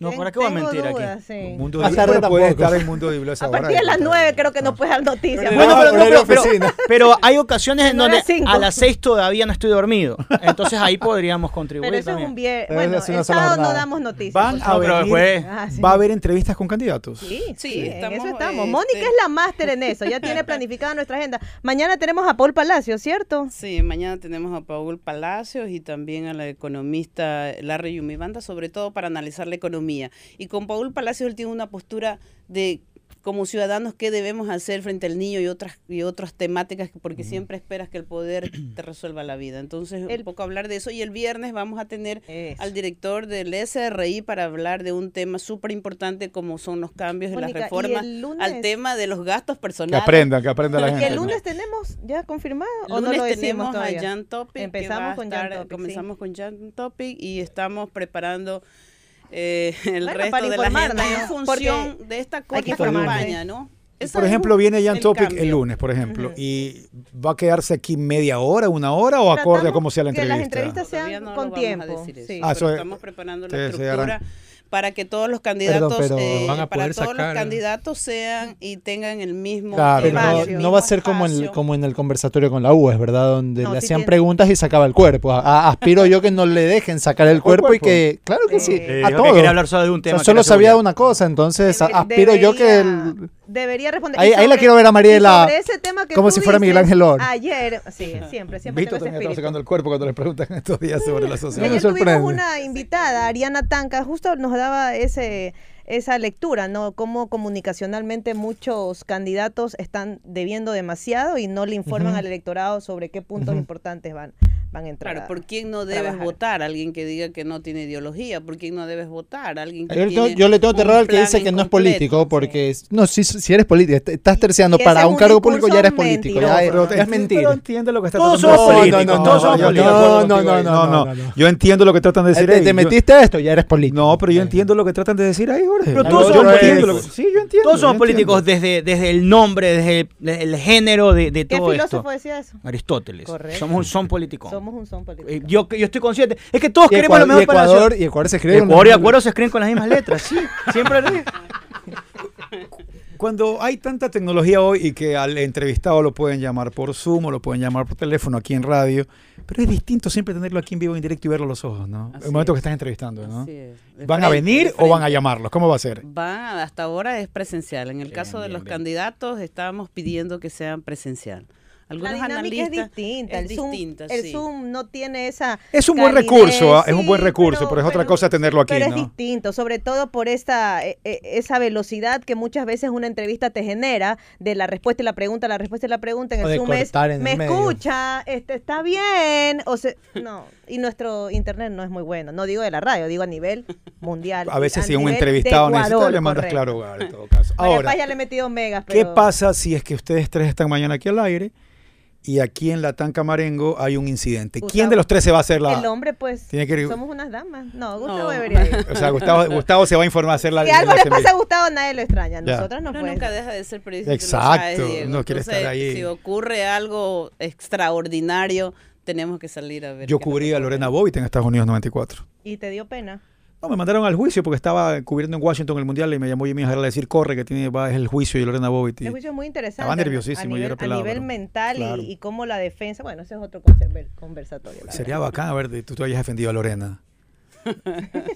E: No, ¿para qué voy a
J: Tengo
E: mentir aquí?
J: dudas, sí.
C: Mundo
D: Más
C: de
D: tarde
C: Pero puede
D: tampoco.
C: estar en Mundo de Biblia a esa
J: A
C: hora,
J: partir de
C: ¿eh?
J: las 9 creo que no puedes dar noticias.
D: Bueno,
E: Ah.
D: pero
E: Bueno,
D: no,
E: pero,
D: pero-
E: pero-
D: oficina.
E: pero hay ocasiones en
J: No
E: donde
J: era cinco.
E: a las seis todavía no estoy dormido. Entonces ahí podríamos contribuir
J: Pero eso es
E: también.
J: un viernes.
D: Pero
J: Bueno,
D: es una
J: el
D: sola
J: sábado no
D: jornada.
J: damos noticias.
C: Van
J: por
C: a
E: No, pero
C: venir,
E: después-
J: Ah, sí.
C: va a haber entrevistas con candidatos.
J: Sí, sí,
K: eh, Sí,
J: en
K: estamos,
J: eso estamos.
K: este-
J: Mónica es la máster en eso, ya tiene planificada nuestra agenda. Mañana tenemos a Paul Palacio, ¿cierto?
K: Sí, mañana tenemos a Paul Palacios y también a la economista Larry Yumibanda, sobre todo para analizar la economía. Y con Paul Palacios él tiene una postura de como ciudadanos qué debemos hacer frente al niño y otras y otras temáticas que- porque siempre esperas que el poder te resuelva la vida. Entonces,
J: El-
K: un poco hablar de eso y el viernes vamos a tener
J: Eso.
K: al director del SRI para hablar de un tema súper importante como son los cambios y
J: Mónica, ¿y
K: las reformas
J: el
K: al
J: lunes?
K: tema de los gastos
C: Que
K: personales.
C: aprendan, que aprenda la
J: Y
C: gente.
J: el lunes tenemos ya confirmado o no
K: Lunes
J: lo decimos
K: tenemos
J: todavía.
K: a Jan Topic. que
J: Empezamos
K: va a
J: con Jan
K: estar-
J: Topic, sí.
K: Comenzamos con Jan Topic y estamos preparando eh, el
J: Bueno, para
K: resto de la
J: informarnos,
K: agenda en
J: ¿no?
K: función
J: Porque
K: de esta
J: que
K: corta
J: informarse.
K: campaña, ¿no? Ese
C: Por
K: es
C: ejemplo,
K: un-
C: viene Jan Topic el
K: cambio.
C: lunes, por ejemplo, y va a quedarse aquí media hora, una hora o acorde a
J: Tratamos
C: cómo sea la
J: que las
C: entrevista.
J: entrevistas
K: Todavía
J: sean
K: no lo
J: con
K: vamos a
J: tiempo.
K: decir eso,
J: sí.
C: Ah,
K: pero
C: eso es-
K: estamos preparando la
C: ustedes se harán.
K: estructura para que todos los candidatos
D: pero
K: eh,
F: van a
K: para
F: poder
K: todos los
F: sacar-
K: candidatos sean y tengan el mismo
D: Claro,
K: el
D: pero no,
K: mismo
D: no va a ser como en, el-
K: espacio.
D: como en el conversatorio con la U, es verdad, donde
J: No,
D: le
J: sí
D: hacían
J: tiene-
D: preguntas y sacaba el cuerpo. A- a- aspiro yo que no le dejen sacar el cuerpo, y
C: cuerpo.
D: que, claro que sí,
J: Eh,
D: a
E: dijo que
D: todo.
E: quería hablar solo de un
D: O sea,
E: tema, que
D: solo
E: era
D: sabía
E: seguridad.
D: una cosa, entonces a-
J: Debe-
D: aspiro yo que el-
J: debería responder.
D: Ahí-
J: Y
D: ahí la quiero ver a Mariela
J: y sobre ese tema que
D: como
J: tú
D: si fuera Miguel
J: dices,
D: Ángel Lora.
J: Ayer, sí, siempre, siempre tengo
C: Vito
J: ese
C: también estaba
J: espíritu.
C: sacando el cuerpo cuando le preguntan estos días sobre la
J: Y Ayer
C: sociedad.
D: me sorprende.
J: tuvimos una invitada, Ariana Tanca, justo nos daba ese esa lectura, ¿no? Cómo comunicacionalmente muchos candidatos están debiendo demasiado y no le informan al electorado sobre qué puntos importantes van. van a entrar.
K: Claro,
J: a-
K: ¿por quién no debes
J: trabajar.
K: votar? Alguien que diga que no tiene ideología. ¿Por quién no debes votar? Alguien que
D: Yo le, tengo,
K: tiene
D: yo le tengo terror
K: un
D: al que
K: plan
D: dice que no es
K: incompleto.
D: político, porque es- no, si, si eres político, est- estás terciando
J: Y ese
D: para
J: es
D: un
J: un
D: cargo público ya eres
J: discurso
D: político, ya es,
J: mentiroso.
D: ya es mentir.
C: Pero entiende lo que está
E: Todos
C: tratando
E: somos
C: de decir.
E: políticos, todos somos
C: yo estoy de
E: políticos.
C: acuerdo
D: No,
C: contigo
D: no,
C: ahí.
D: no, no, no, no.
C: Yo entiendo lo que tratan de
D: Eh,
C: decir
D: Te,
C: ahí.
D: te
C: Yo-
D: metiste a esto, ya eres político.
C: No, pero yo entiendo lo que tratan de decir ahí, Jorge.
E: Pero
C: Yo-
E: todos
C: yo
E: somos
C: entiendo lo que-
E: políticos.
C: Sí, yo entiendo.
E: Todos somos
C: yo
E: políticos
C: entiendo.
E: desde, desde el nombre, desde el, desde el género de, de
J: ¿Qué
E: todo esto.
J: filósofo decía eso?
E: Aristóteles.
J: Correcto.
E: Somos un son políticos.
J: Somos un son político.
E: Eh, Yo, yo estoy consciente. Es que todos
D: Y
E: queremos lo
D: Ecuador,
E: mejor
D: y
E: para la
D: Ecuador,
E: ciudad.
D: y Ecuador se escribe con-
E: Ecuador y Acuerdo se escriben con las mismas letras, sí. Siempre lo digo.
C: Cuando hay tanta tecnología hoy y que al entrevistado lo pueden llamar por Zoom o lo pueden llamar por teléfono aquí en radio, pero es distinto siempre tenerlo aquí en vivo, en directo y verlo a los ojos, ¿no?
K: Así
C: el momento
K: es.
C: que estás entrevistando, ¿no?
K: Así es, de
C: ¿Van a
K: frente,
C: venir
K: de
C: o van a
K: frente.
C: llamarlos? ¿Cómo va a ser?
K: Van, a- hasta ahora es presencial. En el caso de los candidatos, estábamos pidiendo que sean presencial.
J: La
K: Algunos
J: dinámica es
K: analistas
J: distinta.
K: es
J: el, Zoom,
K: distinta,
J: el
K: sí.
J: Zoom no tiene esa.
C: Es un buen
J: calidez.
C: recurso, ¿ah? es un buen
J: Sí,
C: recurso, pero, es otra cosa tenerlo aquí,
J: Pero es
C: ¿no?
J: distinto, sobre todo por esta, e- e- esa velocidad que muchas veces una entrevista te genera de la respuesta y la pregunta, la respuesta y la pregunta. En
D: O de
J: el Zoom es,
D: cortar en
J: me
D: el medio".
J: escucha, este, está bien. O sea, no, y nuestro internet no es muy bueno. No digo de la radio, digo a nivel mundial.
C: A veces si
J: a
C: un
J: nivel de
C: entrevistado
J: Ecuador,
C: necesita, le mandas
J: correcto.
C: claro hogar en todo caso.
J: María Paz
C: Ahora,
J: ya le he metido megas,
C: ¿Qué
J: pero-
C: pasa si es que ustedes tres están mañana aquí al aire y aquí en la Tanca Marengo hay un incidente? ¿Quién
J: Gustavo.
C: de los tres se va a hacer
J: El
C: la...?
J: hombre, pues,
C: Tiene que ir-
J: somos unas damas. No, Gustavo
K: No.
J: debería ir.
C: O sea, Gustavo, Gustavo se va a informar a hacer la...
J: Si algo
C: la
J: le pasa
C: entrevista.
J: a Gustavo, nadie lo extraña.
C: Ya.
J: Nosotros no
K: Uno
J: podemos.
K: nunca deja de ser periodista. tú lo
C: Exacto,
K: Diego.
C: uno quiere estar ahí.
K: Si ocurre algo extraordinario, tenemos que salir a ver. qué
C: Yo
K: es lo que
C: cubrí a
K: ocurre.
C: Lorena Bobbitt en Estados Unidos 94.
J: Y te dio pena.
C: No, me mandaron al juicio porque estaba cubriendo en Washington el Mundial y me llamó Jimmy Ojeda a decir, corre, que tiene, va, es el juicio de Lorena Bobbitt. Y-
J: El juicio es muy interesante.
C: Estaba
J: ¿no?
C: nerviosísimo,
J: A
C: yo
J: nivel,
C: era pelado,
J: a nivel
C: pero-
J: mental y-
C: claro.
J: y, cómo la defensa. Bueno, ese es otro conserver- conversatorio. la
C: Sería bacán, a ver, tú te hayas defendido a Lorena.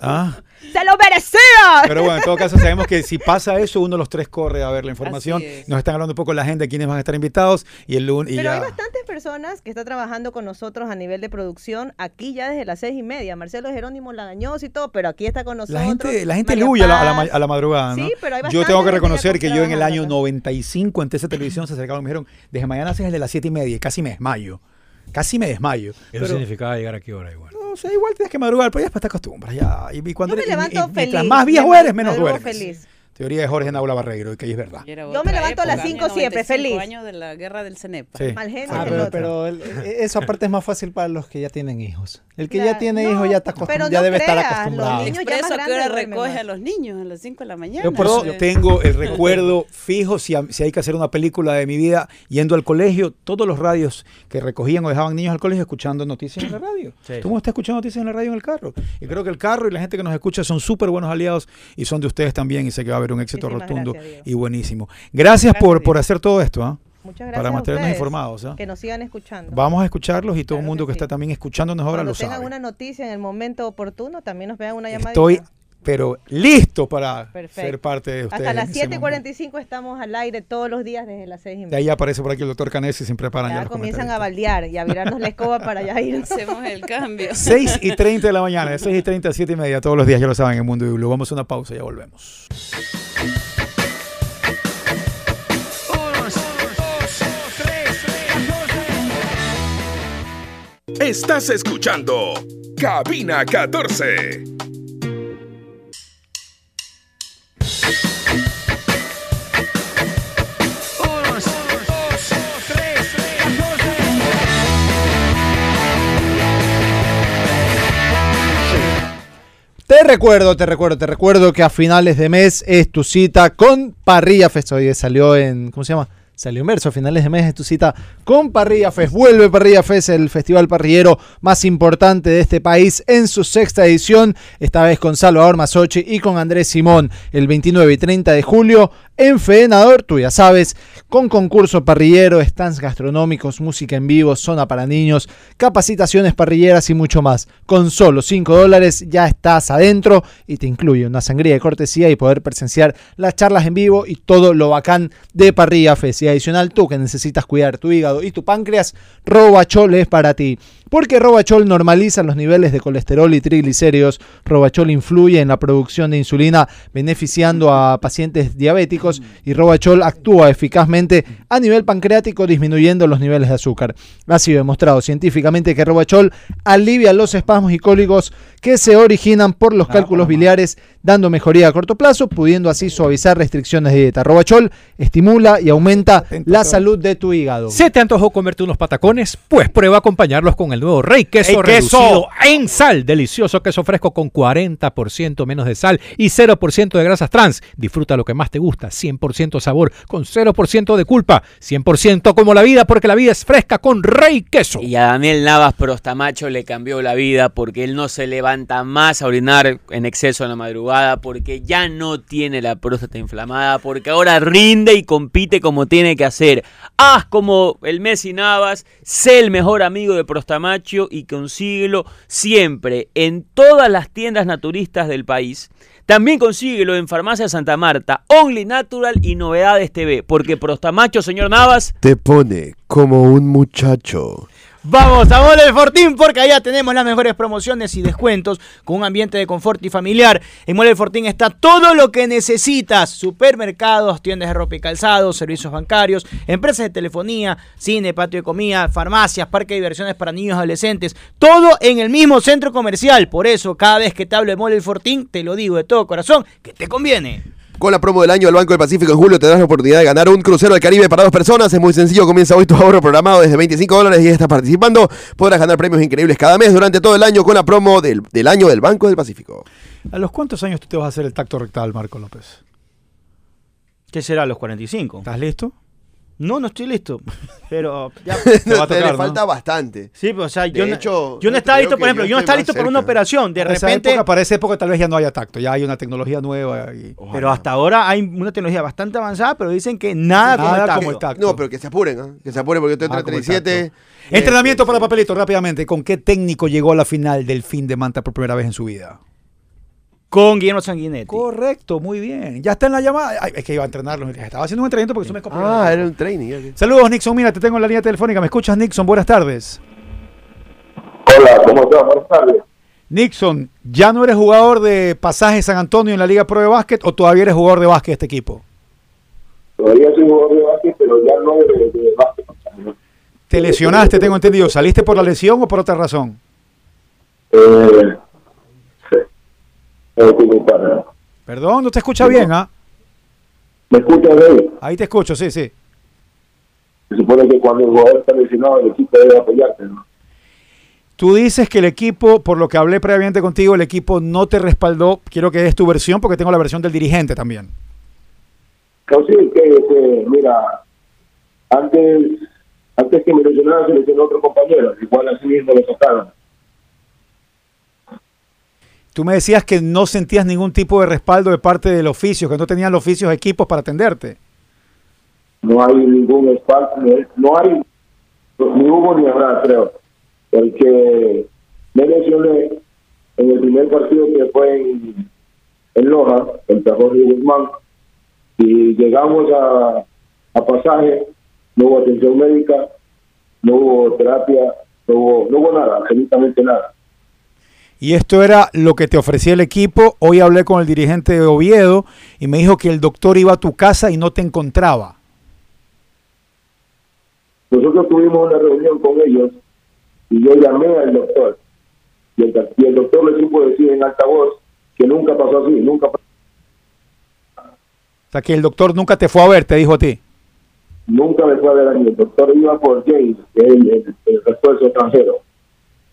C: Ah,
J: verdad. ¡Se lo merecía!
C: pero bueno, en todo caso sabemos que si pasa eso, uno de los tres corre a ver la información.
K: Así es.
C: Nos están hablando un poco de la agenda, quiénes van a estar invitados y el lunes... y
J: Pero hay
C: ya.
J: bastantes personas que están trabajando con nosotros a nivel de producción aquí ya desde las seis y media. Marcelo Jerónimo Lagañoso y todo, pero aquí está con nosotros.
C: La gente, la gente
J: María
C: luye a la, a la
J: Paz.
C: ma- a la madrugada, ¿no?
J: Sí, pero hay
C: yo
J: bastante
C: tengo que
J: gente ya
C: reconocer
J: con
C: que yo en el año
J: trabajando.
C: 95 en TC Televisión se acercaron y me dijeron, desde mañana haces el de las 7 y media, y casi me desmayo. Casi me desmayo.
F: Eso
C: Pero,
F: significaba llegar aquí ahora igual.
C: no sé, igual tienes que madrugar, pero ya después te acostumbras. Ya. Y, y cuando
J: Yo me
C: y- y-
J: levanto
C: y mientras
J: feliz,
C: más viejo
J: me
C: eres, menos
J: madrugo
C: duermes.
J: feliz.
C: Teoría de Jorge Naula Barreiro, y que ahí es verdad.
K: Y era
J: Yo me
K: otra
J: levanto a las
K: época,
J: cinco siempre,
K: 95
J: feliz.
K: años de la guerra del Cenepa.
C: Sí.
J: pues, Mal genio,
D: Ah,
J: el
D: pero,
J: otro.
D: pero el- e- eso aparte es más fácil para los que ya tienen hijos. El que ya
J: Claro.
D: tiene
J: No,
D: hijos ya, está
J: pero
D: acostum-
J: no
D: ya debe estar
J: creas, los
D: acostumbrado.
J: niños-
K: El
J: ya
K: expreso
J: más
K: a qué hora
J: grande duerme
K: recoge
J: más.
K: a los niños a las 5 de la mañana.
C: Yo por eso
K: Eh,
C: tengo el recuerdo fijo, si, a- si hay que hacer una película de mi vida, yendo al colegio, todos los radios que recogían o dejaban niños al colegio escuchando noticias en la radio.
E: Sí.
C: Tú no estás escuchando noticias en la radio en el carro. Y creo que el carro y la gente que nos escucha son súper buenos aliados y son de ustedes también y sé que va a haber un éxito
J: Muchísimas
C: rotundo
J: gracias, Diego.
C: y buenísimo. Gracias,
K: Gracias,
C: por,
K: Diego.
C: por hacer todo esto. ¿ah?
J: Muchas gracias.
C: Para
J: a
C: mantenernos
J: ustedes,
C: informados, ¿ah?
J: Que nos sigan escuchando.
C: Vamos a escucharlos y todo el
J: Claro
C: mundo
J: que
C: que está
J: sí.
C: también escuchándonos ahora
J: Cuando
C: lo
J: tengan
C: sabe.
J: una noticia en el momento oportuno, también nos vean una llamada.
C: Estoy, pero listo para
J: Perfecto.
C: ser parte de ustedes.
J: Hasta las
C: en ese momento.
J: 7.45 estamos al aire todos los días desde las 6 y
C: De
J: media.
C: ahí aparece por aquí el doctor Canesi y siempre paran ya
J: Ya
C: los
J: comienzan a
C: comentaristas.
J: baldear y a virarnos la escoba para allá ir.
K: Hacemos el cambio.
C: 6 y 30 de la mañana, de 6 y 30 a 7 y media, todos los días, ya lo saben, en Mundo Blue. Vamos a una pausa, ya volvemos.
A: Estás escuchando Cabina 14.
D: Te recuerdo, te recuerdo, te recuerdo que a finales de mes es tu cita con Parrilla Fest. Oye, salió en. ¿Cómo se llama? Salió en verso. A finales de mes es tu cita con Parrilla Fest. Vuelve Parrilla Fest, el festival parrillero más importante de este país, en su sexta edición. Esta vez con Salvador Masochi y con Andrés Simón, el 29 y 30 de julio en Fenador. Tú ya sabes, con concurso parrillero, stands gastronómicos, música en vivo, zona para niños, capacitaciones parrilleras y mucho más. Con solo 5 dólares ya estás adentro y te incluye una sangría de cortesía y poder presenciar las charlas en vivo y todo lo bacán de Parrilla Fest. Y adicional, tú que necesitas cuidar tu hígado y tu páncreas, Robachol es para ti. Porque Robachol normaliza los niveles de colesterol y triglicéridos. Robachol influye en la producción de insulina, beneficiando a pacientes diabéticos. Y Robachol actúa eficazmente a nivel pancreático, disminuyendo los niveles de azúcar. Ha sido demostrado científicamente que Robachol alivia los espasmos y cólicos que se originan por los cálculos biliares, dando mejoría a corto plazo, pudiendo así suavizar restricciones de dieta. Robachol estimula y aumenta la salud de tu hígado.
F: ¿Se te antojó comerte unos patacones? Pues prueba a acompañarlos con el nuevo Rey Queso
D: ¡Ey, queso!
F: reducido en sal. Delicioso queso fresco con 40% menos de sal y 0% de grasas trans. Disfruta lo que más te gusta, 100% sabor, con 0% de culpa, 100% como la vida, porque la vida es fresca con Rey Queso.
G: Y a Daniel Navas Prostamacho le cambió la vida porque él no se levanta más a orinar en exceso en la madrugada, porque ya no tiene la próstata inflamada, porque ahora rinde y compite como tiene que hacer. Haz como el Messi Navas, sé el mejor amigo de Prostamacho y consíguelo siempre en todas las tiendas naturistas del país. También consíguelo en Farmacia Santa Marta, Only Natural y Novedades TV, porque Prostamacho, señor Navas,
L: Te pone como un muchacho.
E: Vamos a Mole del Fortín porque allá tenemos las mejores promociones y descuentos con un ambiente de confort y familiar. En Mole del Fortín está todo lo que necesitas. Supermercados, tiendas de ropa y calzado, servicios bancarios, empresas de telefonía, cine, patio de comida, farmacias, parque de diversiones para niños y adolescentes. Todo en el mismo centro comercial. Por eso, cada vez que te hablo de Mole del Fortín, te lo digo de todo corazón, que te conviene.
L: Con la promo del año del Banco del Pacífico en julio te das la oportunidad de ganar un crucero al Caribe para dos personas. Es muy sencillo, comienza hoy tu ahorro programado desde 25 dólares y ya estás participando. Podrás ganar premios increíbles cada mes durante todo el año con la promo del, del año del Banco del Pacífico.
C: ¿A los cuántos años tú te vas a hacer el tacto rectal, Marco López?
E: ¿Qué será los 45?
C: ¿Estás listo?
E: No, no estoy listo. Pero ya.
C: Te va a
L: Te
C: tocar,
L: le
C: ¿no?
L: falta bastante.
E: Sí, pero o sea,
L: De
E: yo, no-
L: hecho,
E: yo no
L: yo
E: estaba
L: creo
E: listo, por
L: que
E: ejemplo,
L: yo
E: yo no
L: estoy
E: estaba
L: más
E: listo para una
L: cerca.
E: operación. De
C: Para esa
E: repente.
C: época, para esa época tal vez ya no haya tacto, ya hay una tecnología nueva. y-
E: Pero hasta ahora hay una tecnología bastante avanzada, pero dicen que nada, como el
C: Nada
E: tacto.
C: Ah, como el tacto.
L: No, pero que se apuren, ¿ah? que se apuren porque yo estoy
C: Ah,
L: entre
C: como el
L: 37.
C: Entrenamiento para papelito, rápidamente. ¿Con qué técnico llegó a la final del fin de Manta por primera vez en su vida?
E: Con Guillermo Sanguinetti.
C: Correcto, muy bien. Ya está en la llamada. Ay, es que iba a entrenarlo. Estaba haciendo un entrenamiento porque eso me
L: Ah,
C: complicado.
L: era un training. ya que-
C: Saludos, Nixon. Mira, te tengo en la línea telefónica. ¿Me escuchas, Nixon? Buenas tardes.
M: Hola, ¿cómo estás? Buenas tardes.
C: Nixon, ¿ya no eres jugador de pasaje San Antonio en la Liga Pro de Básquet o todavía eres jugador de básquet de este equipo?
M: Todavía soy jugador de básquet, pero ya no de, de básquet. o sea, ¿no?
C: Te lesionaste, tengo entendido. ¿Saliste por la lesión o por otra razón?
M: Eh, sí. Eh, como para-
C: Perdón, no te escucha bien, ¿ah?
M: ¿Me escuchas bien?
C: Ahí te escucho, sí, sí.
M: Se supone que cuando el jugador está lesionado, el equipo debe apoyarte, ¿no?
C: Tú dices que el equipo, por lo que hablé previamente contigo, el equipo no te respaldó. Quiero que des tu versión porque tengo la versión del dirigente también.
M: No, sí, que, que, mira, antes, antes que me lesionara, se lesionó otro compañero. Igual así mismo lo sacaron.
C: Tú me decías que no sentías ningún tipo de respaldo de parte del oficio, que no tenían los oficios equipos para atenderte.
M: no hay ningún espacio, no- no hay, ni hubo ni habrá, creo. Porque me lesioné en el primer partido que fue en, en Loja, contra Jorge Guzmán, y llegamos a, a pasaje, no hubo atención médica, no hubo terapia, no hubo, no hubo nada, absolutamente nada.
C: Y esto era lo que te ofrecía el equipo. Hoy hablé con el dirigente de Oviedo y me dijo que el doctor iba a tu casa y no te encontraba.
M: Nosotros tuvimos una reunión con ellos y yo llamé al doctor. Y el, y el doctor le supo decir en alta voz que nunca pasó así, nunca pasó.
C: O sea, que el doctor nunca te fue a ver, te dijo a ti.
M: nunca me fue a ver a mí. El doctor iba por James, que es el, el, el refuerzo extranjero.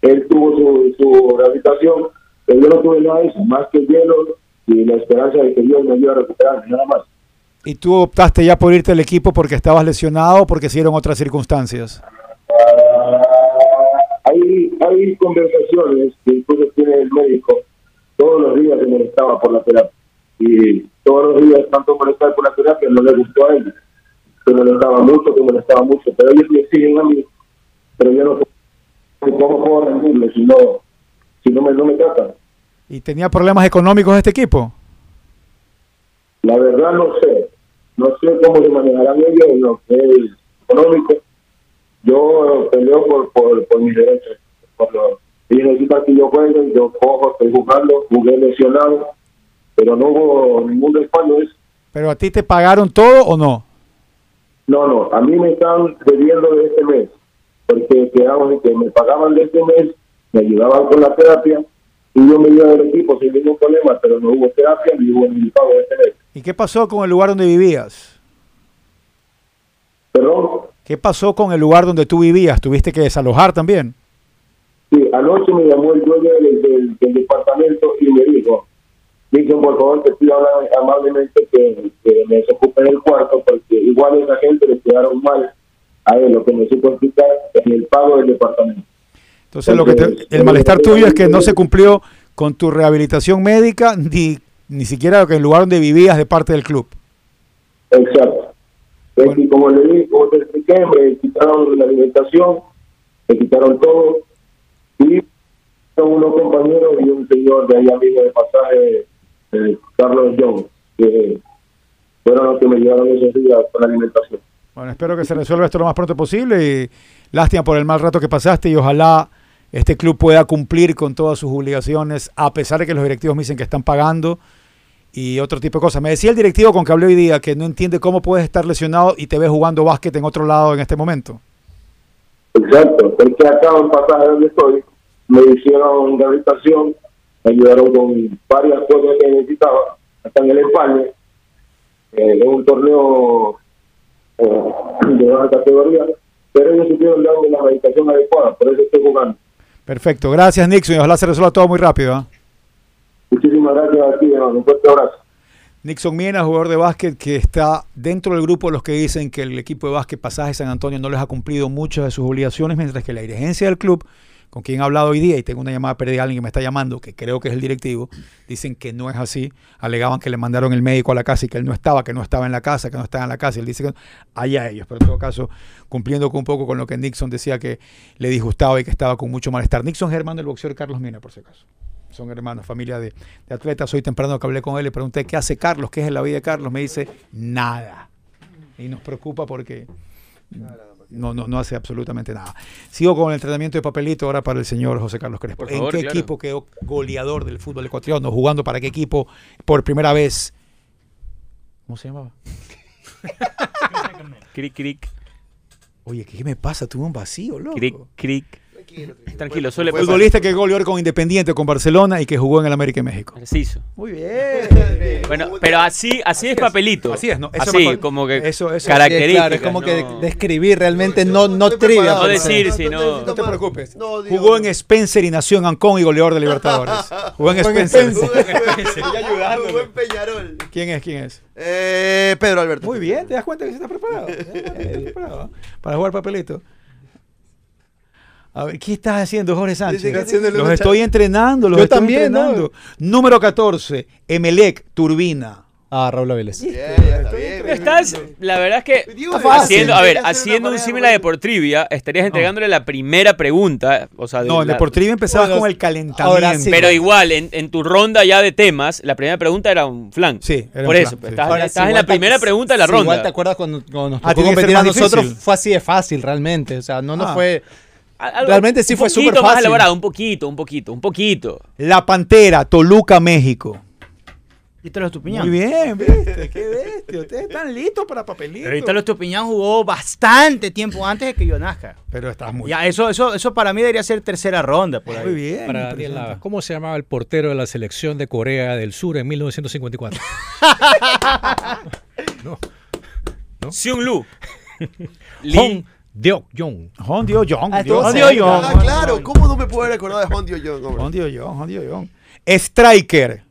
M: Él tuvo su, su rehabilitación, pero yo no tuve nada de eso, más que hielo y la esperanza de que Dios me ayude a recuperarme, nada más.
C: Y tú optaste ya por irte al equipo porque estabas lesionado o porque hicieron otras circunstancias.
M: Hay, hay conversaciones que incluso tiene el médico. Todos los días se molestaba por la terapia. Y todos los días, tanto molestar por la terapia, no le gustó a ellos. Se molestaba mucho, se molestaba mucho. Pero ellos me exigen a mí. Pero yo no puedo, ¿cómo puedo rendirle si no, si no me, no me tratan?
C: ¿Y tenía problemas económicos este equipo?
M: La verdad no sé, no sé cómo se manejarán ellos en lo que es económico. Yo peleo por, por, por mis derechos, cuando ellos necesitan que yo juegue, yo cojo, estoy jugando, jugué lesionado, pero no hubo ningún respaldo. Es,
C: ¿Pero a ti te pagaron todo o no?
M: no, no, a mí me están debiendo de este mes, porque quedamos en que me pagaban de este mes, me ayudaban con la terapia, y yo me iba del equipo sin ningún problema, pero no hubo terapia ni hubo ningún pago de este mes.
C: ¿Y qué pasó con el lugar donde vivías?
M: ¿Perdón?
C: ¿Qué pasó con el lugar donde tú vivías? ¿Tuviste que desalojar también?
M: Sí, anoche me llamó el dueño del, del- del departamento y me dijo, dicen por favor te pido ama- amablemente que, que me desocupen el cuarto porque igual a esa gente le quedaron mal a él, lo que me supo explicar en el pago del departamento.
C: Entonces, lo que te- el malestar tuyo es que no se cumplió con tu rehabilitación médica ni, ni siquiera con el lugar donde vivías de parte del club.
M: Exacto. Es que como le dije, como te expliqué, me quitaron la alimentación, me quitaron todo y son unos compañeros y un señor de ahí amigo de pasaje, eh, Carlos John, que fueron los que me llevaron esos días con la alimentación.
C: Bueno, espero que se resuelva esto lo más pronto posible y lástima por el mal rato que pasaste y ojalá este club pueda cumplir con todas sus obligaciones a pesar de que los directivos me dicen que están pagando y otro tipo de cosas. Me decía el directivo con que hablé hoy día que no entiende cómo puedes estar lesionado y te ves jugando básquet en otro lado en este momento.
M: Exacto, porque acá en pasaje donde estoy me hicieron rehabilitación, me ayudaron con varias cosas que necesitaba, hasta en el empalme, eh, es un torneo eh, de baja categoría, pero ellos supieron darme la medicación adecuada, por eso estoy jugando.
C: Perfecto, gracias Nixon y ojalá se resuelva todo muy rápido. ¿ah?
M: Muchísimas gracias a ti, hermano, un fuerte abrazo.
C: Nixon Miena, jugador de básquet que está dentro del grupo de los que dicen que el equipo de básquet Pasaje San Antonio no les ha cumplido muchas de sus obligaciones, mientras que la dirigencia del club, con quien he hablado hoy día, y tengo una llamada perdida de alguien que me está llamando, que creo que es el directivo, dicen que no es así. Alegaban que le mandaron el médico a la casa y que él no estaba, que no estaba en la casa, que no estaba en la casa. Y él dice que allá ellos, pero en todo caso, cumpliendo con un poco con lo que Nixon decía que le disgustaba y que estaba con mucho malestar. Nixon es hermano del boxeador Carlos Miena, por si acaso son hermanos, familia de, de atletas. Hoy temprano que hablé con él, le pregunté qué hace Carlos, qué es en la vida de Carlos. Me dice nada. Y nos preocupa porque no, no, no hace absolutamente nada. Sigo con el entrenamiento de papelito ahora para el señor José Carlos Crespo.
N: Por favor,
C: ¿En qué
N: claro.
C: equipo quedó goleador del fútbol ecuatoriano? ¿Jugando para qué equipo por primera vez? ¿Cómo se llamaba?
G: Cric, cric,
C: Oye, ¿qué me pasa? Tuve un vacío, loco.
G: cric, cric. Tranquilo, suele pasar.
C: Futbolista que goleó con Independiente, con Barcelona y que jugó en el América de México.
G: Narciso.
C: Muy bien.
G: Bueno, pero así, así es papelito. Así
C: es, ¿no? Eso
G: así,
C: mejor-
G: como que
C: eso- eso-
G: características.
D: Claro, es como
G: ¿no?
D: que de- describir realmente no, no, trivia.
G: No decir, sino...
C: No te preocupes. Jugó en Spencer y nació en Ancón y goleador de Libertadores. Jugó
L: Jugó en
C: en Spencer.
L: Spencer.
C: Jugó en
L: Peñarol.
C: ¿Quién es? ¿Quién es?
L: Eh, Pedro Alberto.
C: Muy bien, ¿te das cuenta que se está preparado? ¿Te das cuenta que se está preparado? Para jugar papelito. A ver, ¿qué estás haciendo, Jorge Sánchez?
L: Dice que haciéndole
C: Los
L: una
C: estoy
L: cha-
C: entrenando, los
L: Yo
C: estoy
L: también, ¿no?
C: entrenando. Número 14, Emelec Turbina.
D: Ah, Raúl Aviles.
G: Pero estás, la verdad es que
L: Está fácil.
G: haciendo, a ver,
L: Quería hacer una
G: haciendo un
L: manera
G: símil a Deportrivia, estarías entregándole la primera pregunta, o sea, de
C: No, en
G: la-
C: Deportivo empezabas con el calentamiento.
G: Pero igual, en, en tu ronda ya de temas, la primera pregunta era un flanco. Sí,
C: era
G: Por
C: un
G: eso, pues,
C: flanco, sí.
G: estás,
D: Ahora,
G: estás
D: si
G: en la
D: igual te-
G: primera pregunta de la
D: si
G: ronda.
D: Igual te acuerdas cuando, cuando nos
G: Ah,
D: tocó
G: tiene que ser
D: competir a
G: más
D: nosotros,
G: difícil.
D: fue así de fácil realmente. O sea, no nos
G: Ah.
D: fue.
G: Algo-
D: realmente sí
G: un
D: fue
G: poquito
D: súper
G: más
D: fácil.
G: elaborado, un poquito, un poquito, un poquito.
C: La Pantera, Toluca, México.
N: Víctor Estupiñán.
C: Muy bien, viste, qué bestia. Ustedes están listos para papelito.
N: Pero Víctor Estupiñán jugó bastante tiempo antes de que yo nazca.
C: Pero estás muy
N: Ya, eso, eso, eso para mí debería ser tercera ronda. Por ahí.
C: Muy bien.
F: Para Daniel Navas, ¿cómo se llamaba el portero de la selección de Corea del Sur en 1954?
G: ¿No? Seung Lu.
F: Hong Deok Jong.
C: Hong Deok Jong.
L: Ah,
C: Dios.
L: entonces- Ah, claro, ¿cómo no me puedo haber acordado de Hondio John? hombre?
C: Hong Deok Jong, Hong Deok Jong. Striker,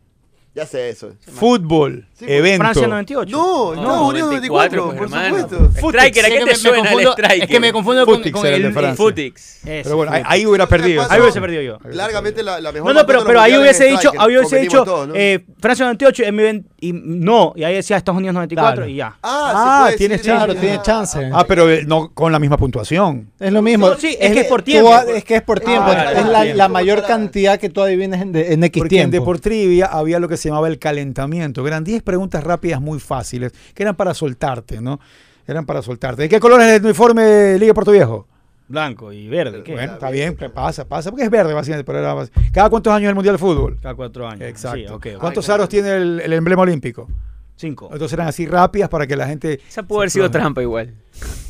L: Ya sé eso.
C: fútbol, evento.
N: Francia 98.
L: No, Estados Unidos 94, por
G: pues,
N: supuesto.
G: Striker, ¿a
N: Es
G: qué
N: que me-
G: te
N: me
G: suena el
N: confundo-
G: Striker?
N: es que me confundo con- Futix con era el de el- Francia.
G: Futix.
N: Ese,
C: Pero bueno, ahí,
N: Futix.
C: ahí hubiera perdido.
N: Ahí hubiese perdido yo.
L: Largamente la, la mejor.
N: No, no,
L: marca de
N: pero,
L: los
N: pero ahí
L: mundiales
N: hubiese
L: es
N: dicho,
L: striker.
N: ahí hubiese
L: Convenimos
N: dicho
L: todos, ¿no?
N: eh, Francia 98, en mi ven- y no, y ahí decía Estados Unidos 94 y ya.
L: Ah,
C: Ah, tienes chance.
D: Claro, tiene chance.
C: Ah, pero eh, no con la misma puntuación.
D: Es lo mismo.
N: No, sí, es que es por tiempo.
D: tú ha- es que es por tiempo.
C: claro,
D: es
C: por
D: la,
C: tiempo.
D: la mayor cantidad que tú adivines en, de- en X
C: Porque en
D: tiempo.
C: Deportrivia había lo que se llamaba el calentamiento. que Eran 10 preguntas rápidas muy fáciles, que eran para soltarte, ¿no? Eran para soltarte. ¿De qué color es el uniforme de Liga Puerto Viejo?
E: Blanco y verde. ¿qué?
C: Bueno, está bien, pues, pasa, pasa, porque es verde, básicamente. Pero era básico. ¿Cada cuántos años es el Mundial de Fútbol?
E: Cada cuatro años.
C: Exacto.
E: Sí, ok, ok.
C: ¿Cuántos aros tiene el, el emblema olímpico?
E: Cinco.
C: Entonces eran así rápidas para que la gente.
G: Esa pudo haber sido trampa igual.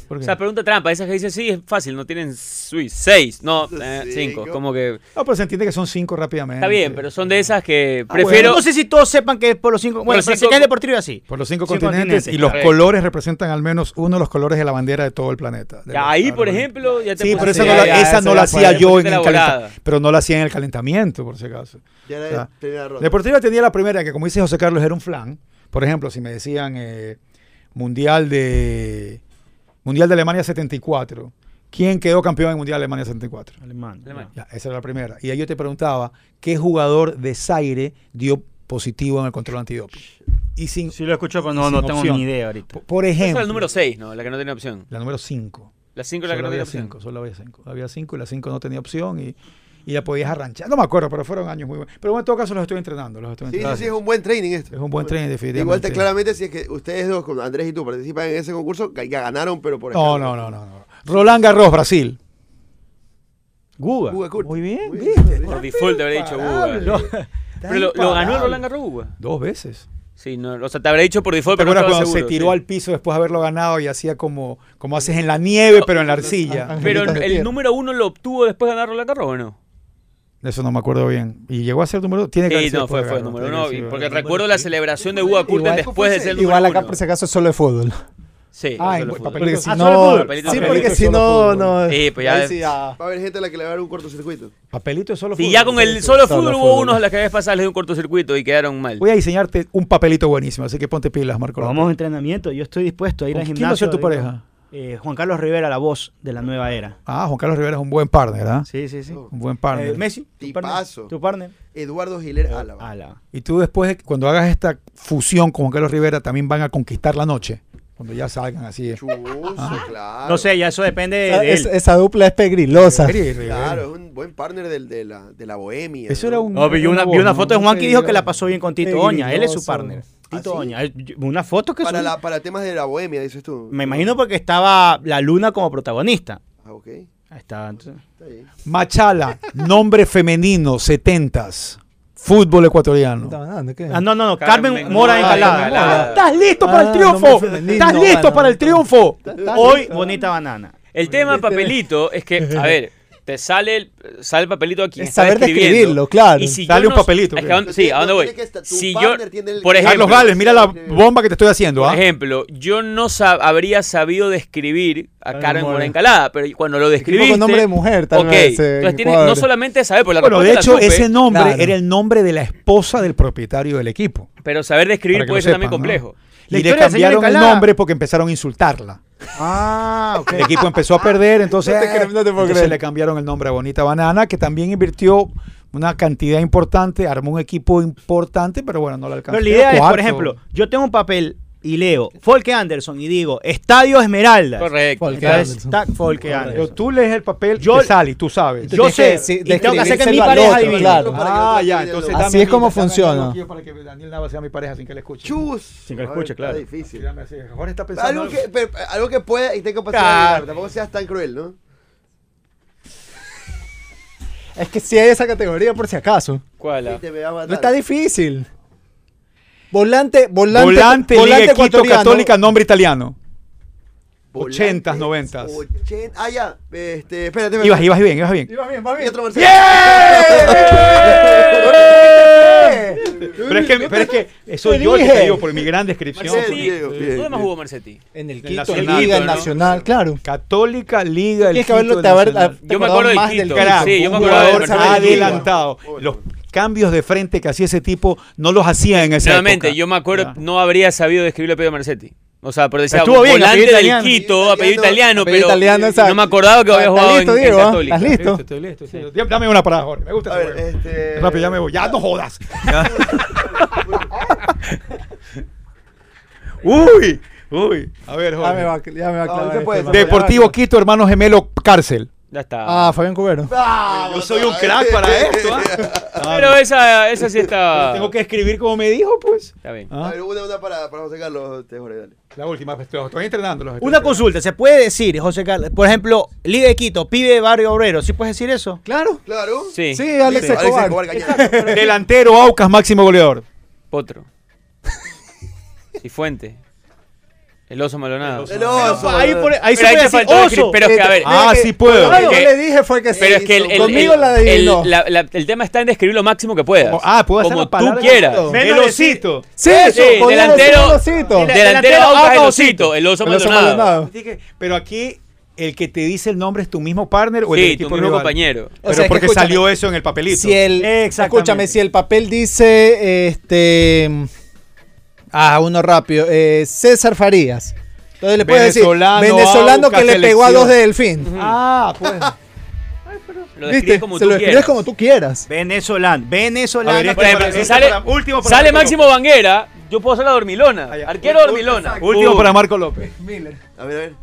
C: ¿Por
G: O
C: qué?
G: sea, pregunta trampa. Esas que dicen, sí, es fácil, no tienen sui- seis, no, eh, cinco. Como que.
C: No, pero se entiende que son cinco rápidamente.
G: Está bien, pero son de esas que
C: Ah, bueno.
G: prefiero.
E: No sé si todos sepan que es por los cinco. Bueno,
G: Ah, Por los
E: para
G: cinco-
E: que es deportivo es así.
C: Por los cinco,
E: Cinco
C: continentes, y
E: continentes,
C: los
E: claro.
C: colores representan al menos uno de los colores de la bandera de todo el planeta. De
G: Ya,
C: los-
G: ahí, por ejemplo, ya te
C: Sí, pero
G: pusiste-
C: esa no
G: ya,
C: la,
G: ya,
C: esa
G: esa
C: no
G: ya
C: la
G: fue,
C: hacía
G: ya
C: yo en
G: pusiste
C: el
G: la
C: calentamiento.
G: volada.
C: Pero no la hacía en el calentamiento, por si acaso.
H: Ya era de primera ronda.
C: Deportiva tenía la primera, que como dice José Carlos, era un flan. Por ejemplo, si me decían eh, Mundial de Mundial de Alemania 74. ¿Quién quedó campeón en Mundial de Alemania 74?
E: Alemán.
C: Ya, esa era la primera. Y ahí yo te preguntaba, ¿qué jugador de Zaire dio positivo en el control antidoping? Y sin,
E: sí lo escucho, pero no,
C: sin
E: no tengo
C: opción.
E: ni idea ahorita.
C: Por
G: Esa
C: ejemplo,
G: es la número seis, ¿no? La que no tenía opción.
C: la número 5.
G: La cinco es la que
C: Solo
G: no tenía
C: había
G: opción.
C: cinco, solo había cinco. Había cinco y la cinco no tenía opción y, y la podías arranchar. No me acuerdo, pero fueron años muy buenos. Pero bueno, en todo caso los estoy entrenando. Los estoy
H: Sí, sí,
C: entrenando.
H: sí, es un buen training esto.
C: Es un buen training, definitivamente.
H: Igual, te, claramente, si es que ustedes dos, con Andrés y tú, participan en ese concurso, ga- ya ganaron, pero por
C: No, no, no, no, no. Roland Garros, Brasil.
E: Guga.
C: Muy bien,
G: Por default te habría dicho Guga.
C: Imparable.
G: Pero lo, lo ganó el
C: imparable.
G: Roland Garros Guga.
C: Dos veces.
G: Sí, no, o sea, te habría dicho por default,
C: ¿Te
G: pero no
C: acuerdas
G: estaba
C: cuando se
G: seguro.
C: tiró
G: sí.
C: al piso después de haberlo ganado y hacía como, como haces en la nieve, pero en la arcilla?
G: Pero el número uno lo obtuvo después de ganar Roland Garros o no?
C: Eso no me acuerdo bien. Y llegó a ser número. Tiene que
G: Sí,
C: haber sido
G: no, fue,
C: después
G: fue
C: de
G: el
C: Garros,
G: número
C: tiene que
G: uno.
C: haber
G: y
C: sido
G: Porque
C: Garros.
G: recuerdo la celebración de Hugo Curten después de ser el número
D: Igual acá,
G: uno.
D: por si acaso, solo de fútbol.
G: Sí,
D: Ah,
G: solo
D: en-
G: fútbol.
D: porque si
G: Ah,
D: no-
G: solo fútbol,
D: sí,
G: papelito,
D: porque
G: papelito.
D: si no, no-
G: Sí, pues ya-
H: ahí sí, Va a haber gente a la que le va a dar un cortocircuito.
C: Papelito es solo
G: Si
C: fútbol.
G: ya con
C: Sí,
G: el
C: sí,
G: solo
C: solo
G: fútbol hubo
C: fútbol.
G: unos las que habías pasado les dio un cortocircuito y quedaron mal.
C: Voy a diseñarte un papelito buenísimo, así que ponte pilas, Marco.
E: Vamos a entrenamiento. Yo estoy dispuesto a ir
C: ¿Con
E: al
C: quién
E: gimnasio.
C: va a ser tu
E: digo,
C: pareja?
E: eh, Juan Carlos Rivera, la voz de la nueva era.
C: Ah, Juan Carlos Rivera es un buen partner, ¿ah?
E: Sí, sí, sí.
C: Un buen partner.
E: Eh, Messi, tu partner.
H: Tipazo.
E: Tu partner.
H: Eduardo Giler Álava.
E: Ala.
C: Y tú después, cuando hagas esta fusión con Juan Carlos Rivera, también van a conquistar la noche. Cuando ya salgan así.
H: Chuzo, claro.
E: No sé, ya eso depende de,
D: Ah,
E: de
D: es-
E: él.
D: esa dupla es pegrilosa.
C: Rivera y Rivera.
H: Claro, es un buen partner del, de, la, de la bohemia. ¿no?
C: Eso era un.
E: No, vi una, vi una foto de Juan que dijo que la
C: pasó.
E: pasó bien con Tito
D: Pegriloso.
E: Oña. Él es su partner. Tito
H: ¿Ah, sí?
E: Oña. Eh, Una foto que
H: Para,
E: subió.
H: la, para temas de la bohemia, dices tú.
E: Me imagino porque estaba la luna como protagonista.
H: Ah, ok.
E: Ahí estaba. entonces.
H: Está bien.
C: Machala, nombre femenino, setentas. Fútbol ecuatoriano.
E: Ah, no, no, no.
G: Carmen
E: Carmen, Mora
G: Mora
E: Encalada.
G: Encalada.
E: La-
C: ¡Estás listo para el
D: Ah,
C: triunfo!
D: nombre femenino,
C: ¡Estás
D: no,
C: listo
D: no,
C: para
D: no.
C: el triunfo!
E: Hoy, bonita banana.
G: El tema
C: este-
G: papelito es que, a ver, te sale el, sale el papelito aquí.
D: Es saber describirlo, claro.
C: Sale un papelito,
G: es que
C: claro.
G: a dónde- sí, ¿a dónde voy?
H: Tiene que estar- tu
G: Si yo,
H: partner tiene el-
G: por ejemplo,
C: Carlos Gales, mira la bomba que te estoy haciendo,
G: por
C: ¿ah?
G: ejemplo, yo no sab- habría sabido describir a
D: Carmen
G: Carmen Mora
D: Mora.
G: Encalada, pero cuando lo describiste...
D: con nombre de mujer, tal
G: ok,
D: vez, eh,
G: entonces tienes,
D: cuadre.
G: no solamente saber, por la
C: Bueno, de
G: respuesta la
C: hecho,
G: supe,
C: ese nombre
D: Claro.
C: era el nombre de la esposa del propietario del equipo.
G: Pero saber describir
C: Para que
G: puede
C: lo
G: ser también
C: sepan, ¿no?
G: complejo.
E: La
C: Y le
E: historia de la señora
C: cambiaron el
E: Encalada.
C: nombre porque empezaron a insultarla.
E: Ah, ok.
C: El equipo empezó a perder, entonces,
D: No te creo, no te puedo
C: entonces
D: creer.
C: le cambiaron el nombre a Bonita Banana, que también invirtió una cantidad importante, armó un equipo importante, pero bueno, no lo alcanzó.
E: Pero la idea
C: Quedó
E: es, por
C: cuarto.
E: ejemplo, yo tengo un papel y leo Folke Anderson y digo Estadio Esmeraldas.
G: Correcto.
D: Folke
E: Entonces,
D: Anderson.
E: tac, Folke
C: Pero
E: Anderson.
C: tú lees el papel,
E: Yo-
C: te sale, y tú sabes.
E: Yo sé, y tengo que hacer que mi
D: describírselo al
E: pareja
D: otro,
E: adivine.
D: claro.
H: Para que otro adivine lo-
D: Ah, dame- Así es como funciona.
C: Para que Daniel Nava sea mi pareja sin que le escuche.
H: Chus.
E: Sin que lo
H: A ver,
E: escuche, claro.
H: Está difícil.
C: Dame así, Jorge está pensando
H: Algo
C: algo.
H: que, pero, eh, algo que pueda y tenga capacidad de
E: Claro.
H: llegar. Tampoco seas tan cruel, ¿no?
D: Es que si hay esa categoría por si acaso.
G: ¿Cuál? ah?
H: Y te me va a matar.
D: No está difícil. Volante, volante,
C: Volante, Liga Quito
D: ecuatoriano.
C: Católica, nombre italiano.
H: Volantes,
C: 80s, 90s.
H: ochen- Ah, ya. Este, espérate, espérate.
C: Ibas, ibas bien, ibas bien.
D: Vas bien, vas
H: Y
D: bien.
H: otro Marcelo.
D: Eh.
C: Pero es que, pero es que eso
D: Te
C: yo el que
D: dije.
C: te digo por mi gran descripción.
H: Marcelo.
G: Marcetti.
H: Diego, bien,
G: ¿Dónde más
H: bien.
G: jugó Marcetti?
D: En el
C: El
D: Quito, en
C: Nacional,
D: Liga
G: ¿no?
D: Nacional, claro.
C: Católica, Liga, el
D: Tienes que haberlo
C: Quito,
D: te haber,
C: Nacional.
D: te
G: Yo me acuerdo
D: acordado
G: del
D: más
G: Quito.
D: Carajo,
G: Sí, yo me
D: un
G: acuerdo del
D: jugador
G: Marcelo
D: sabe de Liga.
C: adelantado. Los cambios de frente que hacía ese tipo no los hacía en esa
G: Nuevamente,
C: época.
G: yo me acuerdo,
C: Ya.
G: no habría sabido describir el apellido de Marcetti. O sea, por decir,
E: Estuvo bien,
G: volante
E: apellido
G: del
E: italiano.
G: Quito, apellido
H: Apellido
G: italiano,
D: apellido
G: pero
D: italiano, exacto.
G: no me acordaba que había
D: ¿Estás
G: jugado en,
D: listo,
G: en
D: Diego? ¿eh?
G: Católica.
D: ¿Estás listo?
C: Estoy listo, estoy listo. Dame una parada, Jorge. Me gusta.
H: A
C: ese
H: ver,
D: eh,
C: juego.
H: este.
C: Rápido, ya me voy. Ya no jodas. uy, uy. A ver,
D: Ya me
C: Jorge.
D: va, ya me va a
H: No,
D: clavar
H: no se
D: este,
H: puede,
D: papá.
H: se puede.
C: Deportivo Quito, hermano gemelo, cárcel.
G: Ya está.
D: Ah, Fabián Cubero.
H: Ah,
G: Yo soy un crack para esto. ¿ah? Pero esa, esa sí está.
C: Tengo que escribir como me dijo, pues.
G: Está bien.
C: Ah.
H: A ver, una, una para, para José Carlos, este, Jorge, dale.
C: La última, pues, estoy entrenando. los-
E: Una consulta, ¿se puede decir, José Carlos? Por ejemplo, Liga de Quito, pibe de barrio obrero, ¿sí puedes decir eso?
D: Claro.
H: Claro.
G: Sí.
D: Sí, Alex
H: Sí, Alex
D: Escobar.
H: Escobar Gañán.
C: Delantero, Aucas, máximo goleador.
G: Potro. Y Fuente. El oso malonado.
H: El oso.
E: Ahí, por, ahí se
G: Pero ahí
E: puede
G: te
E: decir
G: faltó el
E: oso.
G: cri- Pero es que, a ver.
C: Ah, sí puedo.
D: Claro,
G: Porque-
D: yo le dije fue que sí.
G: Pero es que el, el-
D: Conmigo
G: el-
D: la adivinó.
G: el- la- la- el tema está en describir lo máximo que puedas.
C: Como- ah, puedo hacer
G: Como
C: la palabra
G: tú
C: de
G: quieras.
D: Osito.
G: El
E: Menos decir-
G: osito.
D: Sí,
G: Eh, Sí,
D: podía decir
G: delantero-
D: Osito.
G: Delantero, delantero Aucas, el osito. El oso
D: El oso
G: malonado.
D: Maldonado.
C: Así que- Pero aquí el que te dice el nombre es tu mismo partner o el
G: Sí,
C: equipo
G: tu mismo
C: rival.
G: compañero.
D: O
C: Pero
D: sea, que
C: porque
D: escúchame,
C: salió eso en el papelito.
D: Si el,
E: Exactamente.
D: escúchame, si el papel dice, este, ah, uno rápido, eh, César Farías. Entonces le puedes decir,
C: Venezolano,
D: venezolano
C: Aucas,
D: que le pegó a
C: selección.
D: dos de Delfín.
E: Ah, pues.
G: Lo
D: ¿Viste?
G: describes como
D: Se
G: tú
D: lo escribes
G: quieras.
D: como tú Este quieras.
E: Venezolano.
C: A ver,
E: Venezolano.
G: Por ejemplo, si sale,
C: último para
G: sale
C: Marco
G: Máximo Vanguera, yo puedo hacer la dormilona.
C: Allá.
G: Arquero dormilona.
C: Último
G: Pum.
C: para Marco López.
H: A ver, a ver.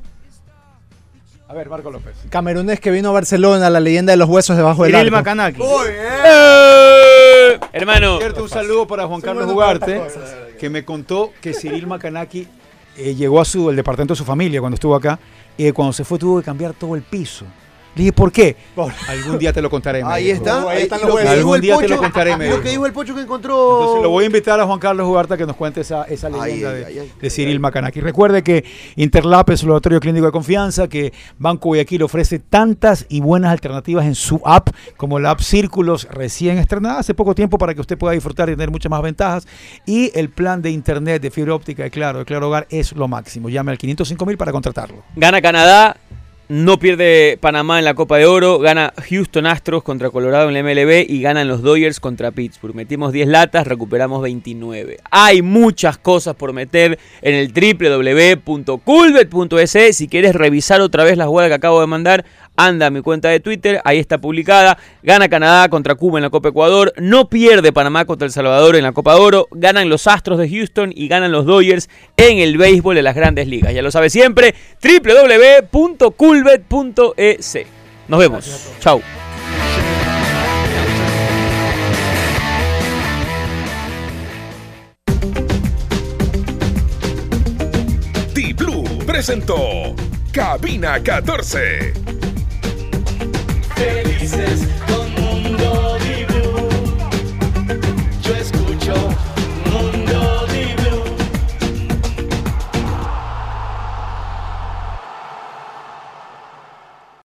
C: A ver, Marco López.
D: Camerunés que vino a Barcelona, la leyenda de los huesos debajo del
E: Kirill
D: arco.
E: Macanaki.
H: Muy bien.
G: Eh, Hermano,
C: Cierto, un saludo para Juan Carlos Ugarte, que me contó que Cyril Macanaki eh, llegó a su, el departamento de su familia cuando estuvo acá, y que cuando se fue tuvo que cambiar todo el piso. Le dije, ¿por qué? Algún día te lo contaré. me
H: Ahí
C: dijo.
H: está.
D: Ahí están
H: y
D: los
H: lo
D: huevos.
H: que dijo
C: Algún
H: el
C: día te lo
H: Pocho-
C: contaré, me
H: Lo que
C: dijo.
H: dijo el Pocho que encontró.
C: Entonces lo voy a invitar a Juan Carlos Ugarte a que nos cuente esa, esa
H: Ay,
C: leyenda
H: ay,
C: de,
H: ay, ay.
C: de Cyril Macanaki. Recuerde que Interlap es un laboratorio clínico de confianza que Banco Guayaquil ofrece tantas y buenas alternativas en su app, como la app Círculos recién estrenada hace poco tiempo para que usted pueda disfrutar y tener muchas más ventajas. Y el plan de internet de fibra óptica de Claro, de Claro Hogar es lo máximo. Llame al 505 mil para contratarlo.
G: gana Canadá, no pierde Panamá en la Copa de Oro, gana Houston Astros contra Colorado en la MLB y ganan los Dodgers contra Pittsburgh. Metimos 10 latas, recuperamos 29. Hay muchas cosas por meter en el www.culbet.es. E. Si quieres revisar otra vez la jugada que acabo de mandar, anda a mi cuenta de Twitter, ahí está publicada. Gana Canadá contra Cuba en la Copa Ecuador, no pierde Panamá contra El Salvador en la Copa de Oro, ganan los Astros de Houston y ganan los Dodgers en el béisbol de las grandes ligas. Ya lo sabe siempre, www.culbet.es. Nos vemos. Chau.
A: T-Blue presentó Cabina 14.
B: Felices con